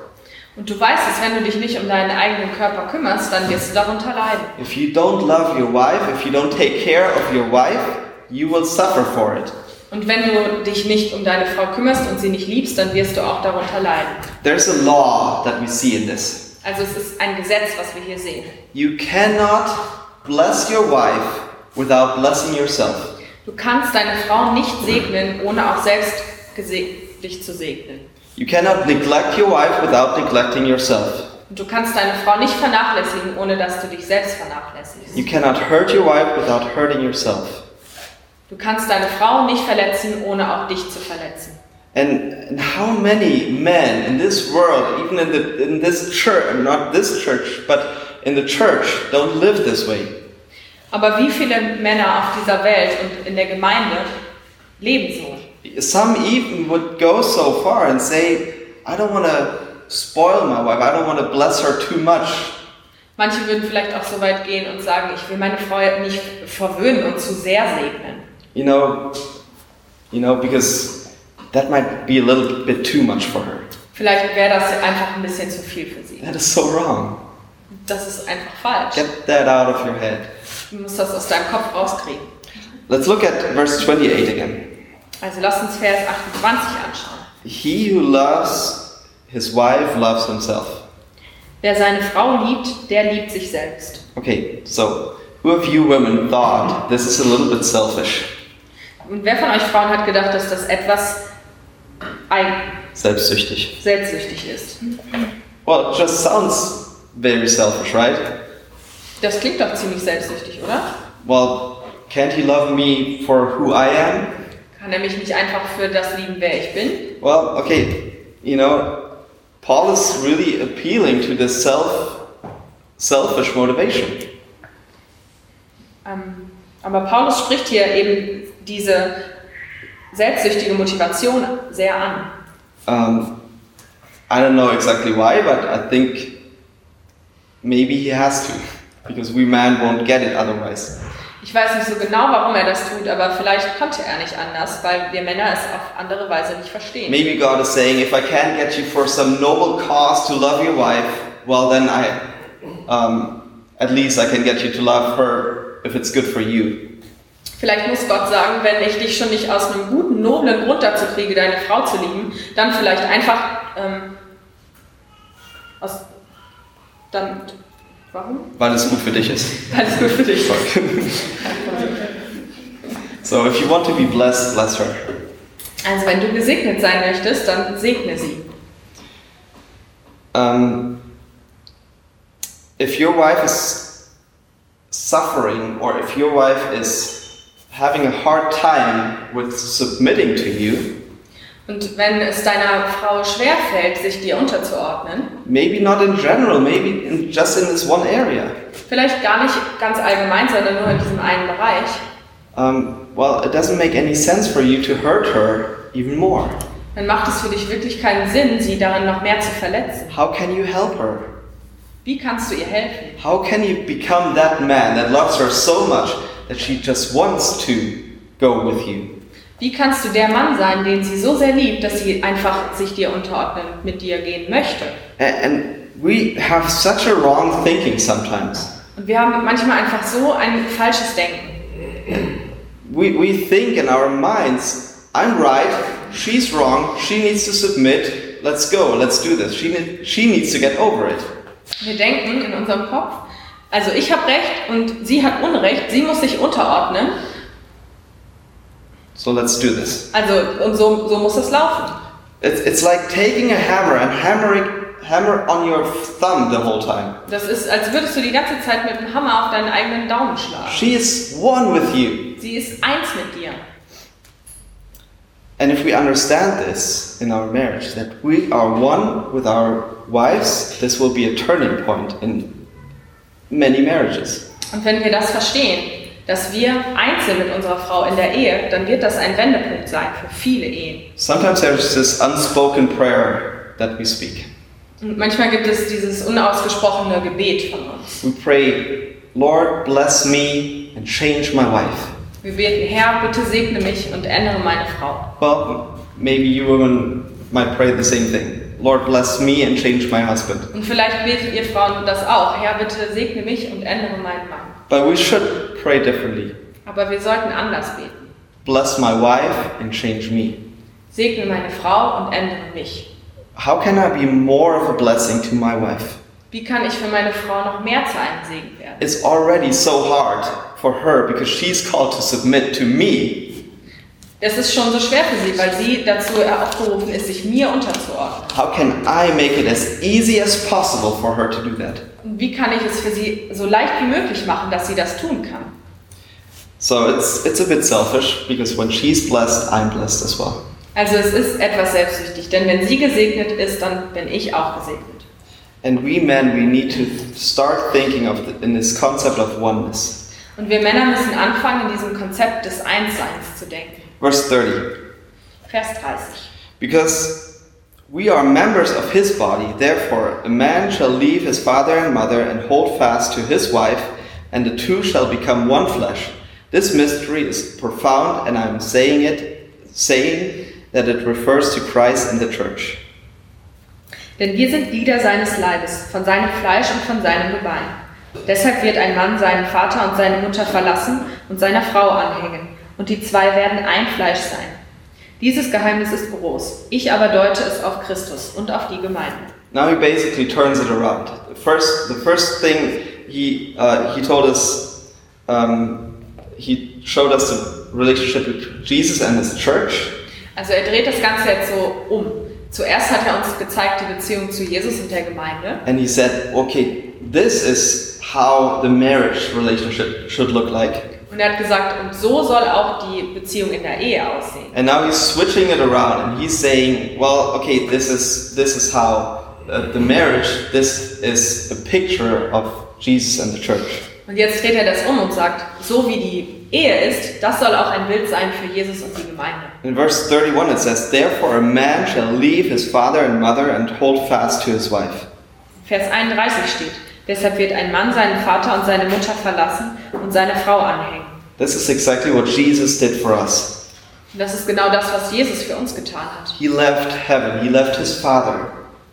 Speaker 3: Und du weißt es, wenn du dich nicht um deinen eigenen Körper kümmerst, dann wirst du darunter leiden.
Speaker 2: If you don't love your wife, if you don't take care of your wife, you will suffer for it.
Speaker 3: Und wenn du dich nicht um deine Frau kümmerst und sie nicht liebst, dann wirst du auch darunter leiden.
Speaker 2: There's a law that we see in this.
Speaker 3: Also es ist ein Gesetz, was wir hier sehen.
Speaker 2: You cannot bless your wife without blessing yourself.
Speaker 3: Du kannst deine Frau nicht segnen, ohne auch selbst gese- dich zu segnen.
Speaker 2: You cannot neglect your wife without neglecting yourself.
Speaker 3: Und du kannst deine Frau nicht vernachlässigen, ohne dass du dich selbst
Speaker 2: You
Speaker 3: vernachlässigst.
Speaker 2: cannot hurt your wife without hurting yourself.
Speaker 3: Du kannst deine Frau nicht verletzen, ohne auch dich zu verletzen.
Speaker 2: And, and how many men in this world, even in, the, in this church, not this church, but in the church, don't live this way?
Speaker 3: Aber wie viele Männer auf dieser Welt und in der Gemeinde leben so?
Speaker 2: Some even would go so far and say, I don't want to spoil my wife, I don't want to bless her too much.
Speaker 3: Manche würden vielleicht auch so weit gehen und sagen, ich will meine Frau nicht verwöhnen und zu sehr segnen.
Speaker 2: You know, you know, because that might be a little bit too much for her.
Speaker 3: Vielleicht wäre das einfach ein bisschen zu viel für sie.
Speaker 2: That is so wrong.
Speaker 3: Das ist einfach falsch.
Speaker 2: Get that out of your head.
Speaker 3: Du musst das aus deinem Kopf rauskriegen.
Speaker 2: Let's look at verse 28 again.
Speaker 3: Also lass uns Vers 28 anschauen.
Speaker 2: He who loves his wife loves himself.
Speaker 3: Wer seine Frau liebt, der liebt sich selbst.
Speaker 2: Okay, so who of you women thought this is a little bit selfish?
Speaker 3: Und wer von euch Frauen hat gedacht, dass das etwas eigen-
Speaker 2: Selbstsüchtig.
Speaker 3: selbstsüchtig ist?
Speaker 2: Well, it just sounds very selfish, right?
Speaker 3: Das klingt doch ziemlich selbstsüchtig, oder?
Speaker 2: Well, can't he love me for who I am?
Speaker 3: Kann er mich nicht einfach für das lieben, wer ich bin?
Speaker 2: Well, okay, you know, Paul is really appealing to this self selfish motivation.
Speaker 3: Ähm, aber Paulus spricht hier eben diese selbstsüchtige Motivation sehr an.
Speaker 2: Um, I don't know exactly why, but I think maybe he has to, because we men won't get it otherwise.
Speaker 3: Ich weiß nicht so genau, warum er das tut, aber vielleicht konnte er nicht anders, weil wir Männer es auf andere Weise nicht verstehen.
Speaker 2: Maybe God is saying, if I can't get you for some noble cause to love your wife, well then I, um, at least I can get you to love her if it's good for you.
Speaker 3: Vielleicht muss Gott sagen, wenn ich dich schon nicht aus einem guten, noblen Grund dazu kriege, deine Frau zu lieben, dann vielleicht einfach ähm, aus dann warum?
Speaker 2: Weil es gut für dich ist.
Speaker 3: Weil es gut für dich ist.
Speaker 2: So if you want to be blessed, bless her.
Speaker 3: Also wenn du gesegnet sein möchtest, dann segne sie.
Speaker 2: Um, if your wife is suffering or if your wife is having a hard time with submitting to you,
Speaker 3: Und wenn es deiner Frau schwerfällt, sich dir unterzuordnen,
Speaker 2: maybe not in general, maybe in, just in this one area,
Speaker 3: vielleicht gar nicht ganz allgemein, sondern nur in diesem einen Bereich,
Speaker 2: um, well, it doesn't make any sense for you to hurt her even more.
Speaker 3: dann macht es für dich wirklich keinen Sinn, sie darin noch mehr zu verletzen.
Speaker 2: How can you help her?
Speaker 3: Wie kannst du ihr helfen?
Speaker 2: How can you become that man that loves her so much that she just wants to go with you?
Speaker 3: Wie kannst du der Mann sein, den sie so sehr liebt, dass sie einfach sich dir unterordnen, und mit dir gehen möchte?
Speaker 2: And, and we have such a wrong thinking sometimes.
Speaker 3: Und wir haben manchmal einfach so ein falsches Denken.
Speaker 2: We, we think in our minds, I'm right, she's wrong, she needs to submit, let's go, let's do this. She, ne- she needs to get over it.
Speaker 3: Wir denken in unserem Kopf, also ich habe recht und sie hat Unrecht, sie muss sich unterordnen,
Speaker 2: So let's do this.
Speaker 3: also und so, so muss es laufen.
Speaker 2: It's, it's like taking a hammer and hammering hammer on your thumb the whole time.
Speaker 3: Das ist, als würdest du die ganze Zeit mit dem Hammer auf deinen eigenen Daumen schlagen.
Speaker 2: She is one with you.
Speaker 3: Sie ist eins mit dir.
Speaker 2: And if we understand this in our marriage, that we are one with our wives, this will be a turning point in many marriages.
Speaker 3: Und wenn wir das verstehen, dass wir eins sind mit unserer Frau in der Ehe, dann wird das ein Wendepunkt sein für viele Ehen.
Speaker 2: Sometimes there's this unspoken prayer that we speak.
Speaker 3: Und manchmal gibt es dieses unausgesprochene Gebet von uns.
Speaker 2: We pray, Lord, bless me and change my wife.
Speaker 3: Wir beten, Herr, bitte segne mich und ändere meine Frau.
Speaker 2: Well, maybe you women might pray the same thing. Lord, bless me and change my husband.
Speaker 3: Und vielleicht betet ihr Frauen das auch. Herr, bitte segne mich und ändere meinen Mann.
Speaker 2: But we should pray differently.
Speaker 3: Aber wir sollten anders beten.
Speaker 2: Bless my wife and change me.
Speaker 3: Segne meine Frau und ändere mich.
Speaker 2: How can I be more of a blessing to my wife?
Speaker 3: Wie kann ich für meine Frau noch mehr zu einem Segen werden?
Speaker 2: It's already so hard for her because she's called to submit to me.
Speaker 3: Das ist schon so schwer für sie, weil sie dazu aufgerufen ist, sich mir unterzuordnen.
Speaker 2: How can I make it as easy as possible for her to do that?
Speaker 3: Und wie kann ich es für sie so leicht wie möglich machen, dass sie das tun kann?
Speaker 2: So it's it's a bit selfish because when she's blessed, I'm blessed as well.
Speaker 3: Also es ist etwas selbstsüchtig, denn wenn sie gesegnet ist, dann bin ich auch gesegnet.
Speaker 2: And we men, we need to start thinking of the, in this concept of oneness.
Speaker 3: Und wir Männer müssen anfangen, in diesem Konzept des Einsseins zu denken.
Speaker 2: Verse 30.
Speaker 3: Vers 30.
Speaker 2: Because we are members of his body, therefore a man shall leave his father and mother and hold fast to his wife, and the two shall become one flesh. This mystery is profound, and I am saying it, saying that it refers to Christ and the church.
Speaker 3: Denn wir sind Glieder seines Leibes, von seinem Fleisch und von seinem Gebein. Deshalb wird ein Mann seinen Vater und seine Mutter verlassen und seiner Frau anhängen, und die zwei werden ein Fleisch sein. Dieses Geheimnis ist groß, ich aber deute es auf Christus und auf die Gemeinde.
Speaker 2: Now he basically turns it around. The first, the first thing he uh, he told us, um, he showed us the relationship with Jesus and his church,
Speaker 3: Also er dreht das Ganze jetzt so um. Zuerst hat er uns gezeigt die Beziehung zu Jesus und der Gemeinde.
Speaker 2: and he said, "Okay, this is how the marriage relationship should look like."
Speaker 3: Und er hat gesagt, und so soll auch die Beziehung in der Ehe aussehen.
Speaker 2: And now he's switching it around, and he's saying, "Well, okay, this is this is how uh, the marriage. This is a picture of Jesus and the church."
Speaker 3: Und jetzt dreht er das um und sagt, so wie die Ehe ist, das soll auch ein Bild sein für Jesus und die Gemeinde.
Speaker 2: In verse 31, it says, Therefore a man shall leave his father and mother and hold fast to his wife.
Speaker 3: Vers 31 steht, deshalb wird ein Mann seinen Vater und seine Mutter verlassen und seine Frau anhängen.
Speaker 2: This is exactly what Jesus did for us.
Speaker 3: Und das ist genau das, was Jesus für uns getan hat.
Speaker 2: He left heaven, he left his father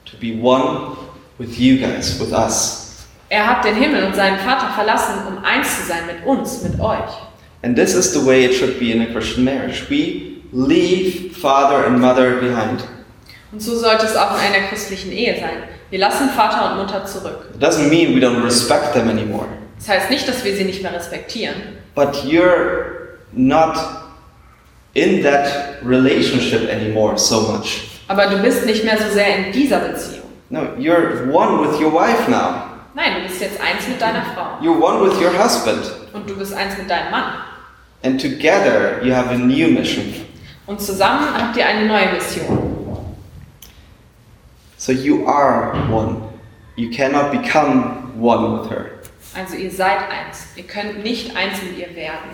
Speaker 2: to be one with you guys, with us.
Speaker 3: Er hat den Himmel und seinen Vater verlassen, um eins zu sein mit uns, mit euch.
Speaker 2: And this is the way it should be in a Christian marriage. We leave father and mother behind.
Speaker 3: Und so sollte es auch in einer christlichen Ehe sein. Wir lassen Vater und Mutter zurück.
Speaker 2: It doesn't mean we don't respect them anymore,
Speaker 3: Das heißt nicht, dass wir sie nicht mehr respektieren,
Speaker 2: but you're not in that relationship anymore so much.
Speaker 3: aber du bist nicht mehr so sehr in dieser Beziehung.
Speaker 2: No, you're one with your wife now.
Speaker 3: Nein, du bist jetzt eins mit deiner Frau
Speaker 2: You're one with your husband,
Speaker 3: und du bist eins mit deinem Mann.
Speaker 2: and together you have a new mission.
Speaker 3: Und zusammen habt ihr eine neue Mission.
Speaker 2: So you are one. You cannot become one with her.
Speaker 3: Also ihr seid eins. Ihr könnt nicht eins mit ihr werden.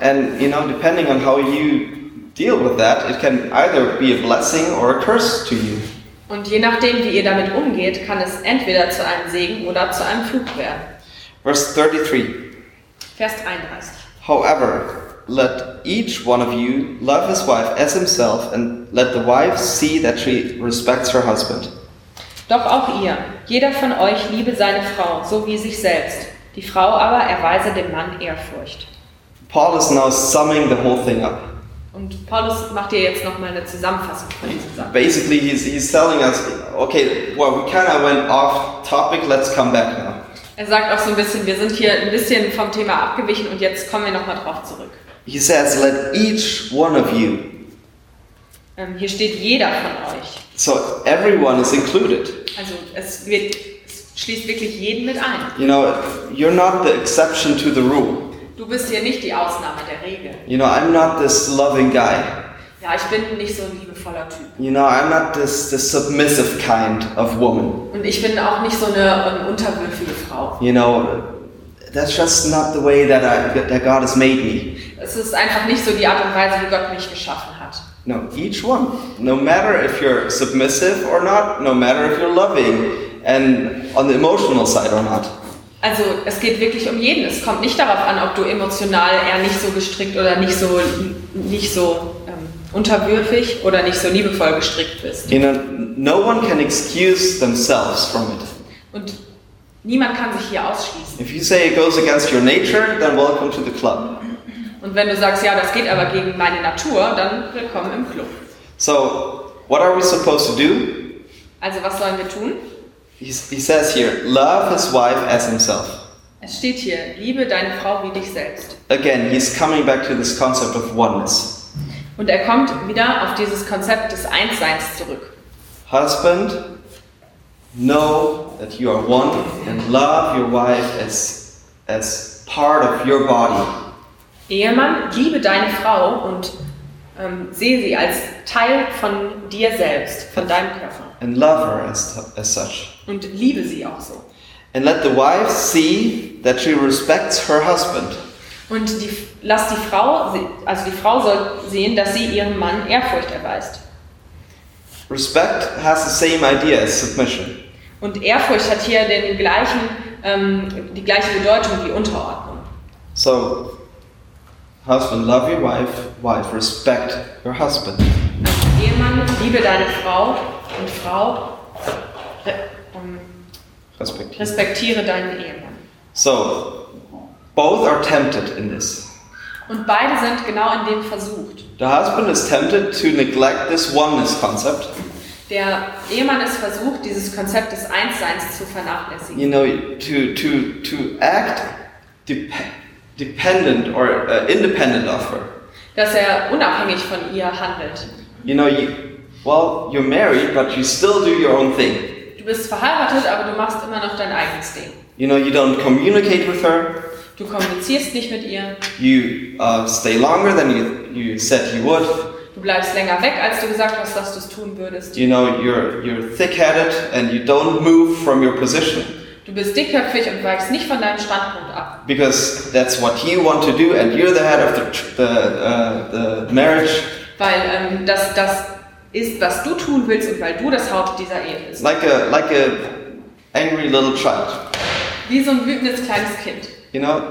Speaker 2: And you know, depending on how you deal with that, it can either be a blessing or a curse to you.
Speaker 3: Und je nachdem, wie ihr damit umgeht, kann es entweder zu einem Segen oder zu einem Fluch werden.
Speaker 2: Verse 33
Speaker 3: Vers 31.
Speaker 2: However, let each one of you love his wife as himself, and let the wife see that she respects her husband.
Speaker 3: Doch auch ihr, jeder von euch liebe seine Frau, so wie sich selbst. Die Frau aber erweise dem Mann Ehrfurcht.
Speaker 2: Paul is now summing the whole thing up.
Speaker 3: Und Paulus macht dir jetzt nochmal eine Zusammenfassung von diesen Sachen.
Speaker 2: Basically, he's, he's telling us, okay, well, we kind of went off topic, let's come back now.
Speaker 3: Er sagt auch so ein bisschen, wir sind hier ein bisschen vom Thema abgewichen und jetzt kommen wir nochmal drauf zurück.
Speaker 2: He says, let each one of you,
Speaker 3: Ähm, hier steht jeder von euch.
Speaker 2: so everyone is included.
Speaker 3: Also es, wird, es schließt wirklich jeden mit ein.
Speaker 2: You know, you're not the exception to the rule.
Speaker 3: Du bist hier nicht die Ausnahme der Regel.
Speaker 2: You know, I'm not this loving guy.
Speaker 3: Ja, ich bin nicht so ein liebevoller Typ.
Speaker 2: You know, I'm not this, this submissive kind of woman.
Speaker 3: Und ich bin auch nicht so eine ähm, unterwürfige Frau.
Speaker 2: You know, that's just not the way that, I, that God has made me.
Speaker 3: Es ist einfach nicht so die Art und Weise, wie Gott mich geschaffen hat.
Speaker 2: No, each one. No matter if you're submissive or not, no matter if you're loving and on the emotional side or not.
Speaker 3: Also es geht wirklich um jeden. Es kommt nicht darauf an, ob du emotional eher nicht so gestrickt oder nicht so, nicht so ähm, unterwürfig oder nicht so liebevoll gestrickt bist.
Speaker 2: You know, no one can excuse themselves from it.
Speaker 3: Und niemand kann sich hier ausschließen.
Speaker 2: If you say it goes against your nature, then welcome to the club.
Speaker 3: Und wenn du sagst, ja, das geht aber gegen meine Natur, dann willkommen im Club.
Speaker 2: So, what are we supposed to do?
Speaker 3: Also was sollen wir tun?
Speaker 2: He, he says here, love his wife as himself.
Speaker 3: Es steht hier, liebe deine Frau wie dich selbst.
Speaker 2: Again, he's coming back to this concept of oneness.
Speaker 3: Und er kommt wieder auf dieses Konzept des Einsseins zurück.
Speaker 2: Husband, know that you are one and love your wife as, as part of your body.
Speaker 3: Ehemann, liebe deine Frau und ähm, sehe sie als Teil von dir selbst, von deinem Körper.
Speaker 2: and love her as, as such.
Speaker 3: Und liebe sie auch so.
Speaker 2: And let the wife see that she respects her husband.
Speaker 3: Und die, lass die Frau, se- also die Frau soll sehen, dass sie ihrem Mann Ehrfurcht erweist.
Speaker 2: Respect has the same idea as submission.
Speaker 3: Und Ehrfurcht hat hier den gleichen, ähm, die gleiche Bedeutung wie Unterordnung.
Speaker 2: So, husband, love your wife, wife, respect your husband.
Speaker 3: Also Ehemann, liebe deine Frau und Frau, re, ähm,
Speaker 2: Respect.
Speaker 3: respektiere deinen Ehemann.
Speaker 2: So, both are tempted in this.
Speaker 3: Und beide sind genau in dem versucht.
Speaker 2: The husband is tempted to neglect this oneness concept.
Speaker 3: Der Ehemann ist versucht, dieses Konzept des Einsseins zu vernachlässigen.
Speaker 2: You know, to, to, to act dep- dependent or uh, independent of her.
Speaker 3: Dass er unabhängig von ihr handelt.
Speaker 2: You know, you, well, you're married, but you still do your own thing.
Speaker 3: Du bist verheiratet, aber du machst immer noch dein eigenes Ding.
Speaker 2: You know, you don't communicate with her.
Speaker 3: Du kommunizierst nicht mit ihr,
Speaker 2: You uh, stay longer than you, you said you would.
Speaker 3: du bleibst länger weg, als du gesagt hast, dass du es tun würdest.
Speaker 2: You know, you're, you're thick-headed and you don't move from your position
Speaker 3: Du bist dickköpfig und weichst nicht von deinem Standpunkt ab,
Speaker 2: because that's what you want to do and you're the head of the, tr- the, uh, the marriage.
Speaker 3: weil ähm, das, das ist, was du tun willst und weil du das Haupt dieser Ehe bist.
Speaker 2: Like a, like a angry little child.
Speaker 3: Wie so ein wütendes kleines Kind.
Speaker 2: You know,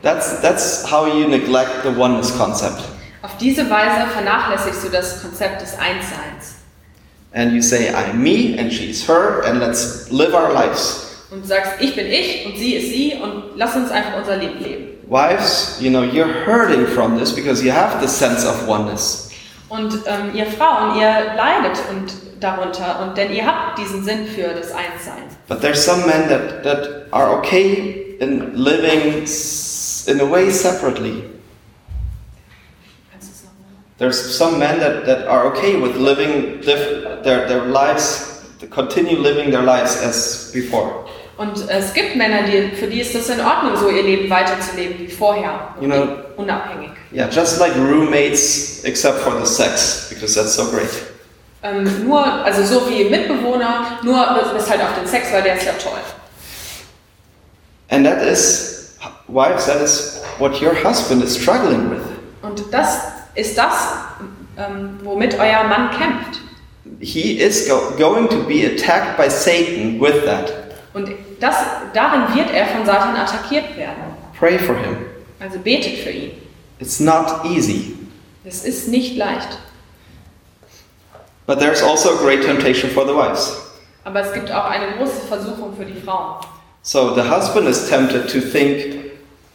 Speaker 2: that's, that's how you neglect the oneness concept.
Speaker 3: Auf diese Weise vernachlässigst du das Konzept des Einsseins
Speaker 2: And you say, I'm me and she's her and let's live our lives.
Speaker 3: und sagst, ich bin ich und sie ist sie und lass uns einfach unser Leben leben.
Speaker 2: Wives, you know, you're hurting from this because you have this sense of oneness.
Speaker 3: Und ähm, ihr Frauen, ihr leidet und darunter und denn ihr habt diesen Sinn für das Einssein.
Speaker 2: But there's some men that, that are okay in living s- in a way separately.
Speaker 3: Kannst du es noch mal?
Speaker 2: There's some men that, that are okay with living diff- their, their lives, to continue living their lives as before.
Speaker 3: Und äh, es gibt Männer, die, für die ist das in Ordnung, so ihr Leben weiterzuleben wie vorher, und
Speaker 2: Genau.
Speaker 3: unabhängig.
Speaker 2: Yeah, just like roommates, except for the sex, because that's so great.
Speaker 3: Ähm, nur, also so wie Mitbewohner, nur bis halt auf den Sex, weil der ist ja toll.
Speaker 2: And that is, wives, that is what your husband is struggling with.
Speaker 3: Und das ist das, ähm, womit euer Mann kämpft.
Speaker 2: He is go- going to be attacked by Satan with that.
Speaker 3: Und das, darin wird er von Satan attackiert werden.
Speaker 2: Pray for him.
Speaker 3: Also betet für ihn.
Speaker 2: It's not easy.
Speaker 3: Das ist nicht leicht.
Speaker 2: But there's also a great temptation for the wives.
Speaker 3: Aber es gibt auch eine große Versuchung für die Frauen.
Speaker 2: So the husband is tempted to think,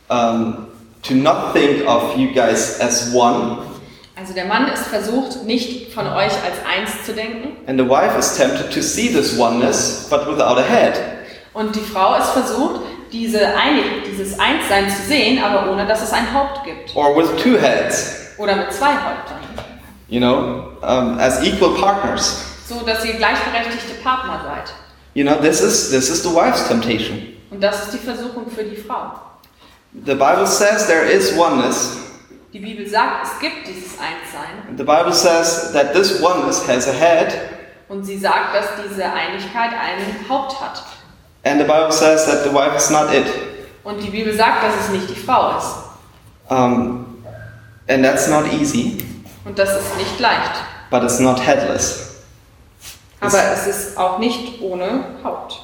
Speaker 2: um, to not think of you guys as one,
Speaker 3: Also der Mann ist versucht, nicht von euch als eins zu denken.
Speaker 2: and the wife is tempted to see this oneness but without a head.
Speaker 3: Und die Frau ist versucht, diese Einig dieses Einssein zu sehen, aber ohne dass es ein Haupt gibt.
Speaker 2: Or with two heads,
Speaker 3: Oder mit zwei Häuptern.
Speaker 2: you know, um, as equal partners.
Speaker 3: So dass ihr gleichberechtigte Partner seid.
Speaker 2: You know, this is, this is the wife's temptation.
Speaker 3: Und das ist die Versuchung für die Frau.
Speaker 2: The Bible says there is oneness,
Speaker 3: Die Bibel sagt, es gibt dieses Einssein.
Speaker 2: The Bible says that this oneness has a head,
Speaker 3: Und sie sagt, dass diese Einigkeit ein Haupt hat.
Speaker 2: and the Bible says that the wife is not it.
Speaker 3: Und die Bibel sagt, dass es nicht die Frau ist.
Speaker 2: Um, and that's not easy,
Speaker 3: Und das ist nicht leicht.
Speaker 2: but it's not headless.
Speaker 3: Aber es ist auch nicht ohne Haupt.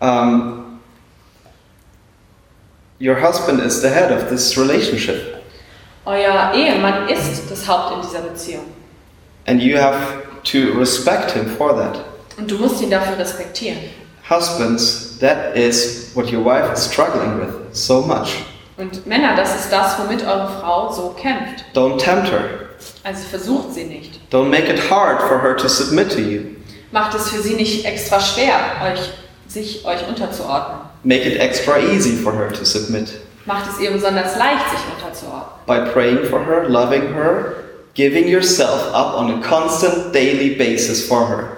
Speaker 2: Um, your husband is the head of this relationship,
Speaker 3: Euer Ehemann ist das Haupt in dieser Beziehung.
Speaker 2: and you have to respect him for that.
Speaker 3: Und du musst ihn dafür respektieren.
Speaker 2: Husbands, that is what your wife is struggling with so much.
Speaker 3: Und Männer, das ist das, womit eure Frau so kämpft.
Speaker 2: Don't tempt her.
Speaker 3: Also versucht sie nicht.
Speaker 2: Don't make it hard for her to submit to you.
Speaker 3: Macht es für sie nicht extra schwer, euch, sich euch unterzuordnen.
Speaker 2: Make it extra easy for her to submit.
Speaker 3: Macht es ihr besonders leicht, sich unterzuordnen.
Speaker 2: by praying for her, loving her, giving yourself up on a constant daily basis for her.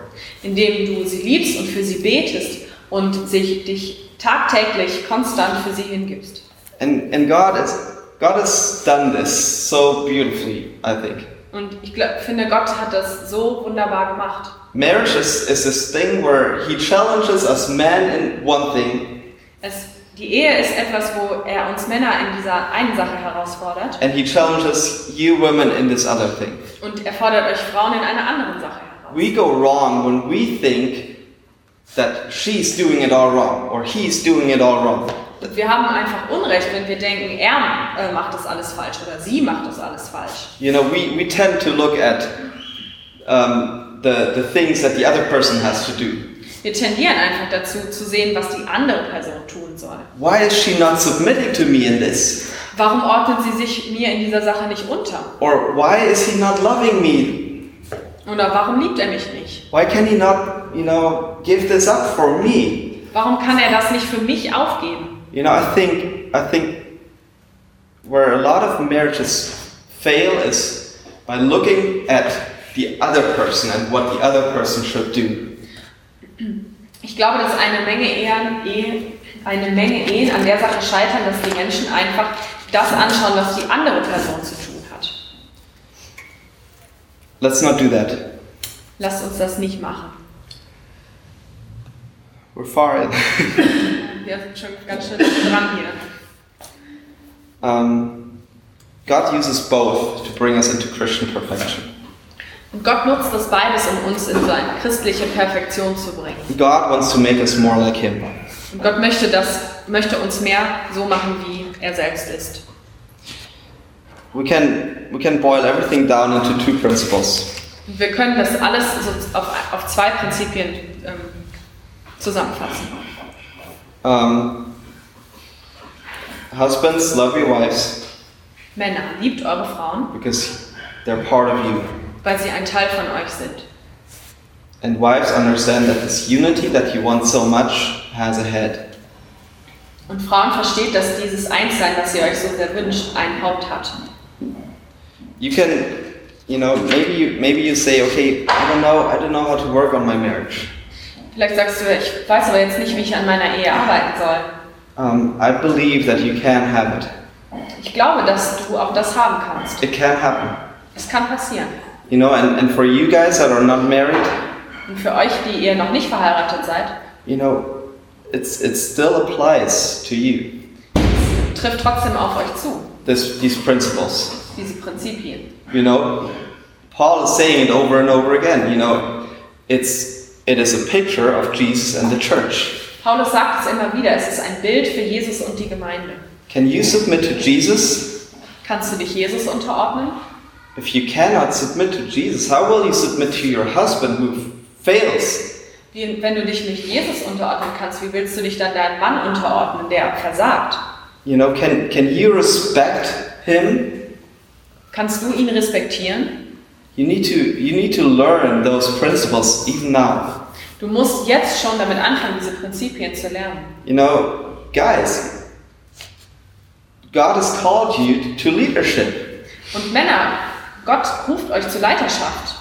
Speaker 3: indem du sie liebst und für sie betest und sich dich tagtäglich konstant für sie hingibst.
Speaker 2: And and God is God has done this so beautifully, I think.
Speaker 3: Und ich glaub, finde, Gott hat das so wunderbar gemacht.
Speaker 2: Marriage is, is this thing where he challenges us men in one thing
Speaker 3: Es, die Ehe ist etwas, wo er uns Männer in dieser einen Sache herausfordert
Speaker 2: and he challenges you women in this other thing.
Speaker 3: und er fordert euch Frauen in einer anderen Sache heraus.
Speaker 2: We go wrong when we think that she's doing it all wrong or he's doing it all wrong.
Speaker 3: Und wir haben einfach Unrecht, wenn wir denken, er äh, macht das alles falsch oder sie macht das alles falsch.
Speaker 2: You know, we, we tend to look at um, the, the things that the other person has to do.
Speaker 3: Wir tendieren einfach dazu, zu sehen, was die andere Person tun soll.
Speaker 2: Why is she not submitting to me in this?
Speaker 3: Warum ordnet sie sich mir in dieser Sache nicht unter?
Speaker 2: Or why is he not loving me?
Speaker 3: Oder warum liebt er mich nicht?
Speaker 2: Why can he not, you know, give this up for me?
Speaker 3: Warum kann er das nicht für mich aufgeben?
Speaker 2: You know, I think I think where a lot of marriages fail is by looking at the other person and what the other person should do.
Speaker 3: Ich glaube, dass eine Menge Ehen, Ehe, eine Menge Ehen an der Sache scheitern, dass die Menschen einfach das anschauen, was die andere Person zu tun hat.
Speaker 2: Let's not do that.
Speaker 3: Lasst uns das nicht machen.
Speaker 2: We're far in.
Speaker 3: Wir sind schon ganz schön dran hier.
Speaker 2: Um, God uses both to bring us into Christian perfection.
Speaker 3: Und Gott nutzt das beides, um uns in so eine christliche Perfektion zu bringen.
Speaker 2: God wants to make us more like Him.
Speaker 3: Und Gott möchte, das, möchte uns mehr so machen, wie er selbst ist.
Speaker 2: We can we can boil everything down into two principles.
Speaker 3: Und wir können das alles so auf, auf zwei Prinzipien ähm, zusammenfassen.
Speaker 2: Um, husbands, love your wives
Speaker 3: Männer, liebt eure Frauen,
Speaker 2: because they're part of you,
Speaker 3: weil sie ein Teil von euch sind.
Speaker 2: and wives understand that this unity that you want so much has a head.
Speaker 3: Und Frauen versteht, dass dieses Einssein, das ihr euch so sehr wünscht, ein Haupt hat.
Speaker 2: You can, you know, maybe you, maybe you say, okay, I don't know, I don't know how to work on my marriage.
Speaker 3: Vielleicht sagst du, ich weiß aber jetzt nicht, wie ich an meiner Ehe arbeiten soll.
Speaker 2: Um, I believe that you can have it.
Speaker 3: Ich glaube, dass du auch das haben kannst.
Speaker 2: It can happen.
Speaker 3: Es kann passieren.
Speaker 2: You know, and, and for you guys that are not married,
Speaker 3: Und für euch, die ihr noch nicht verheiratet seid,
Speaker 2: you know, it's it still applies to you.
Speaker 3: trifft trotzdem auf euch zu,
Speaker 2: This these principles.
Speaker 3: diese Prinzipien.
Speaker 2: You know, Paul is saying it over and over again, you know, it's it is a picture of Jesus and the church.
Speaker 3: Paulus sagt es immer wieder, es ist ein Bild für Jesus und die Gemeinde.
Speaker 2: Can you submit to Jesus?
Speaker 3: Kannst du dich Jesus unterordnen?
Speaker 2: If you cannot submit to Jesus, how will you submit to your husband who fails?
Speaker 3: Wie, wenn du dich nicht Jesus unterordnen kannst, wie willst du dich dann deinem Mann unterordnen, der versagt?
Speaker 2: You know, can can you respect him?
Speaker 3: Kannst du ihn respektieren?
Speaker 2: You need to you need to learn those principles even now.
Speaker 3: Du musst jetzt schon damit anfangen, diese Prinzipien zu lernen.
Speaker 2: You know, guys, God has called you to leadership.
Speaker 3: Und Männer, Gott ruft euch zur Leiterschaft.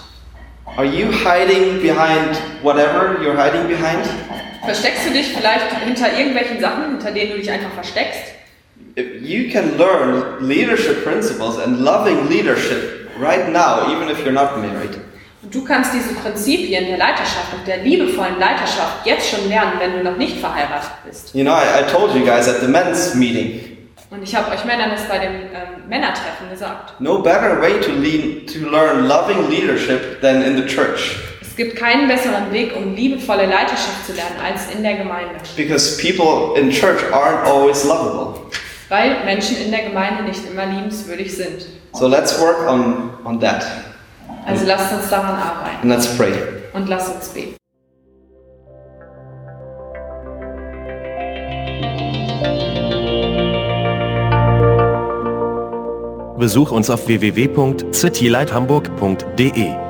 Speaker 2: Are you hiding behind whatever you're hiding behind?
Speaker 3: Versteckst du dich vielleicht hinter irgendwelchen Sachen, hinter denen du dich einfach versteckst?
Speaker 2: If you can learn leadership principles and loving leadership right now, even if you're not married.
Speaker 3: Und du kannst diese Prinzipien der Leiterschaft und der liebevollen Leiterschaft jetzt schon lernen, wenn du noch nicht verheiratet bist.
Speaker 2: You know, I, I told you guys at the men's meeting,
Speaker 3: Und ich habe euch Männern das bei dem ähm, Männertreffen gesagt.
Speaker 2: no better way to, lead, to learn loving leadership than in the church.
Speaker 3: Es gibt keinen besseren Weg, um liebevolle Leiterschaft zu lernen, als in der Gemeinde.
Speaker 2: Because people in church aren't always lovable.
Speaker 3: Weil Menschen in der Gemeinde nicht immer liebenswürdig sind.
Speaker 2: So let's work on, on that.
Speaker 3: Also lasst uns daran arbeiten
Speaker 2: And let's pray.
Speaker 3: und lasst uns beten.
Speaker 1: Besuch uns auf www.citylighthamburg.de.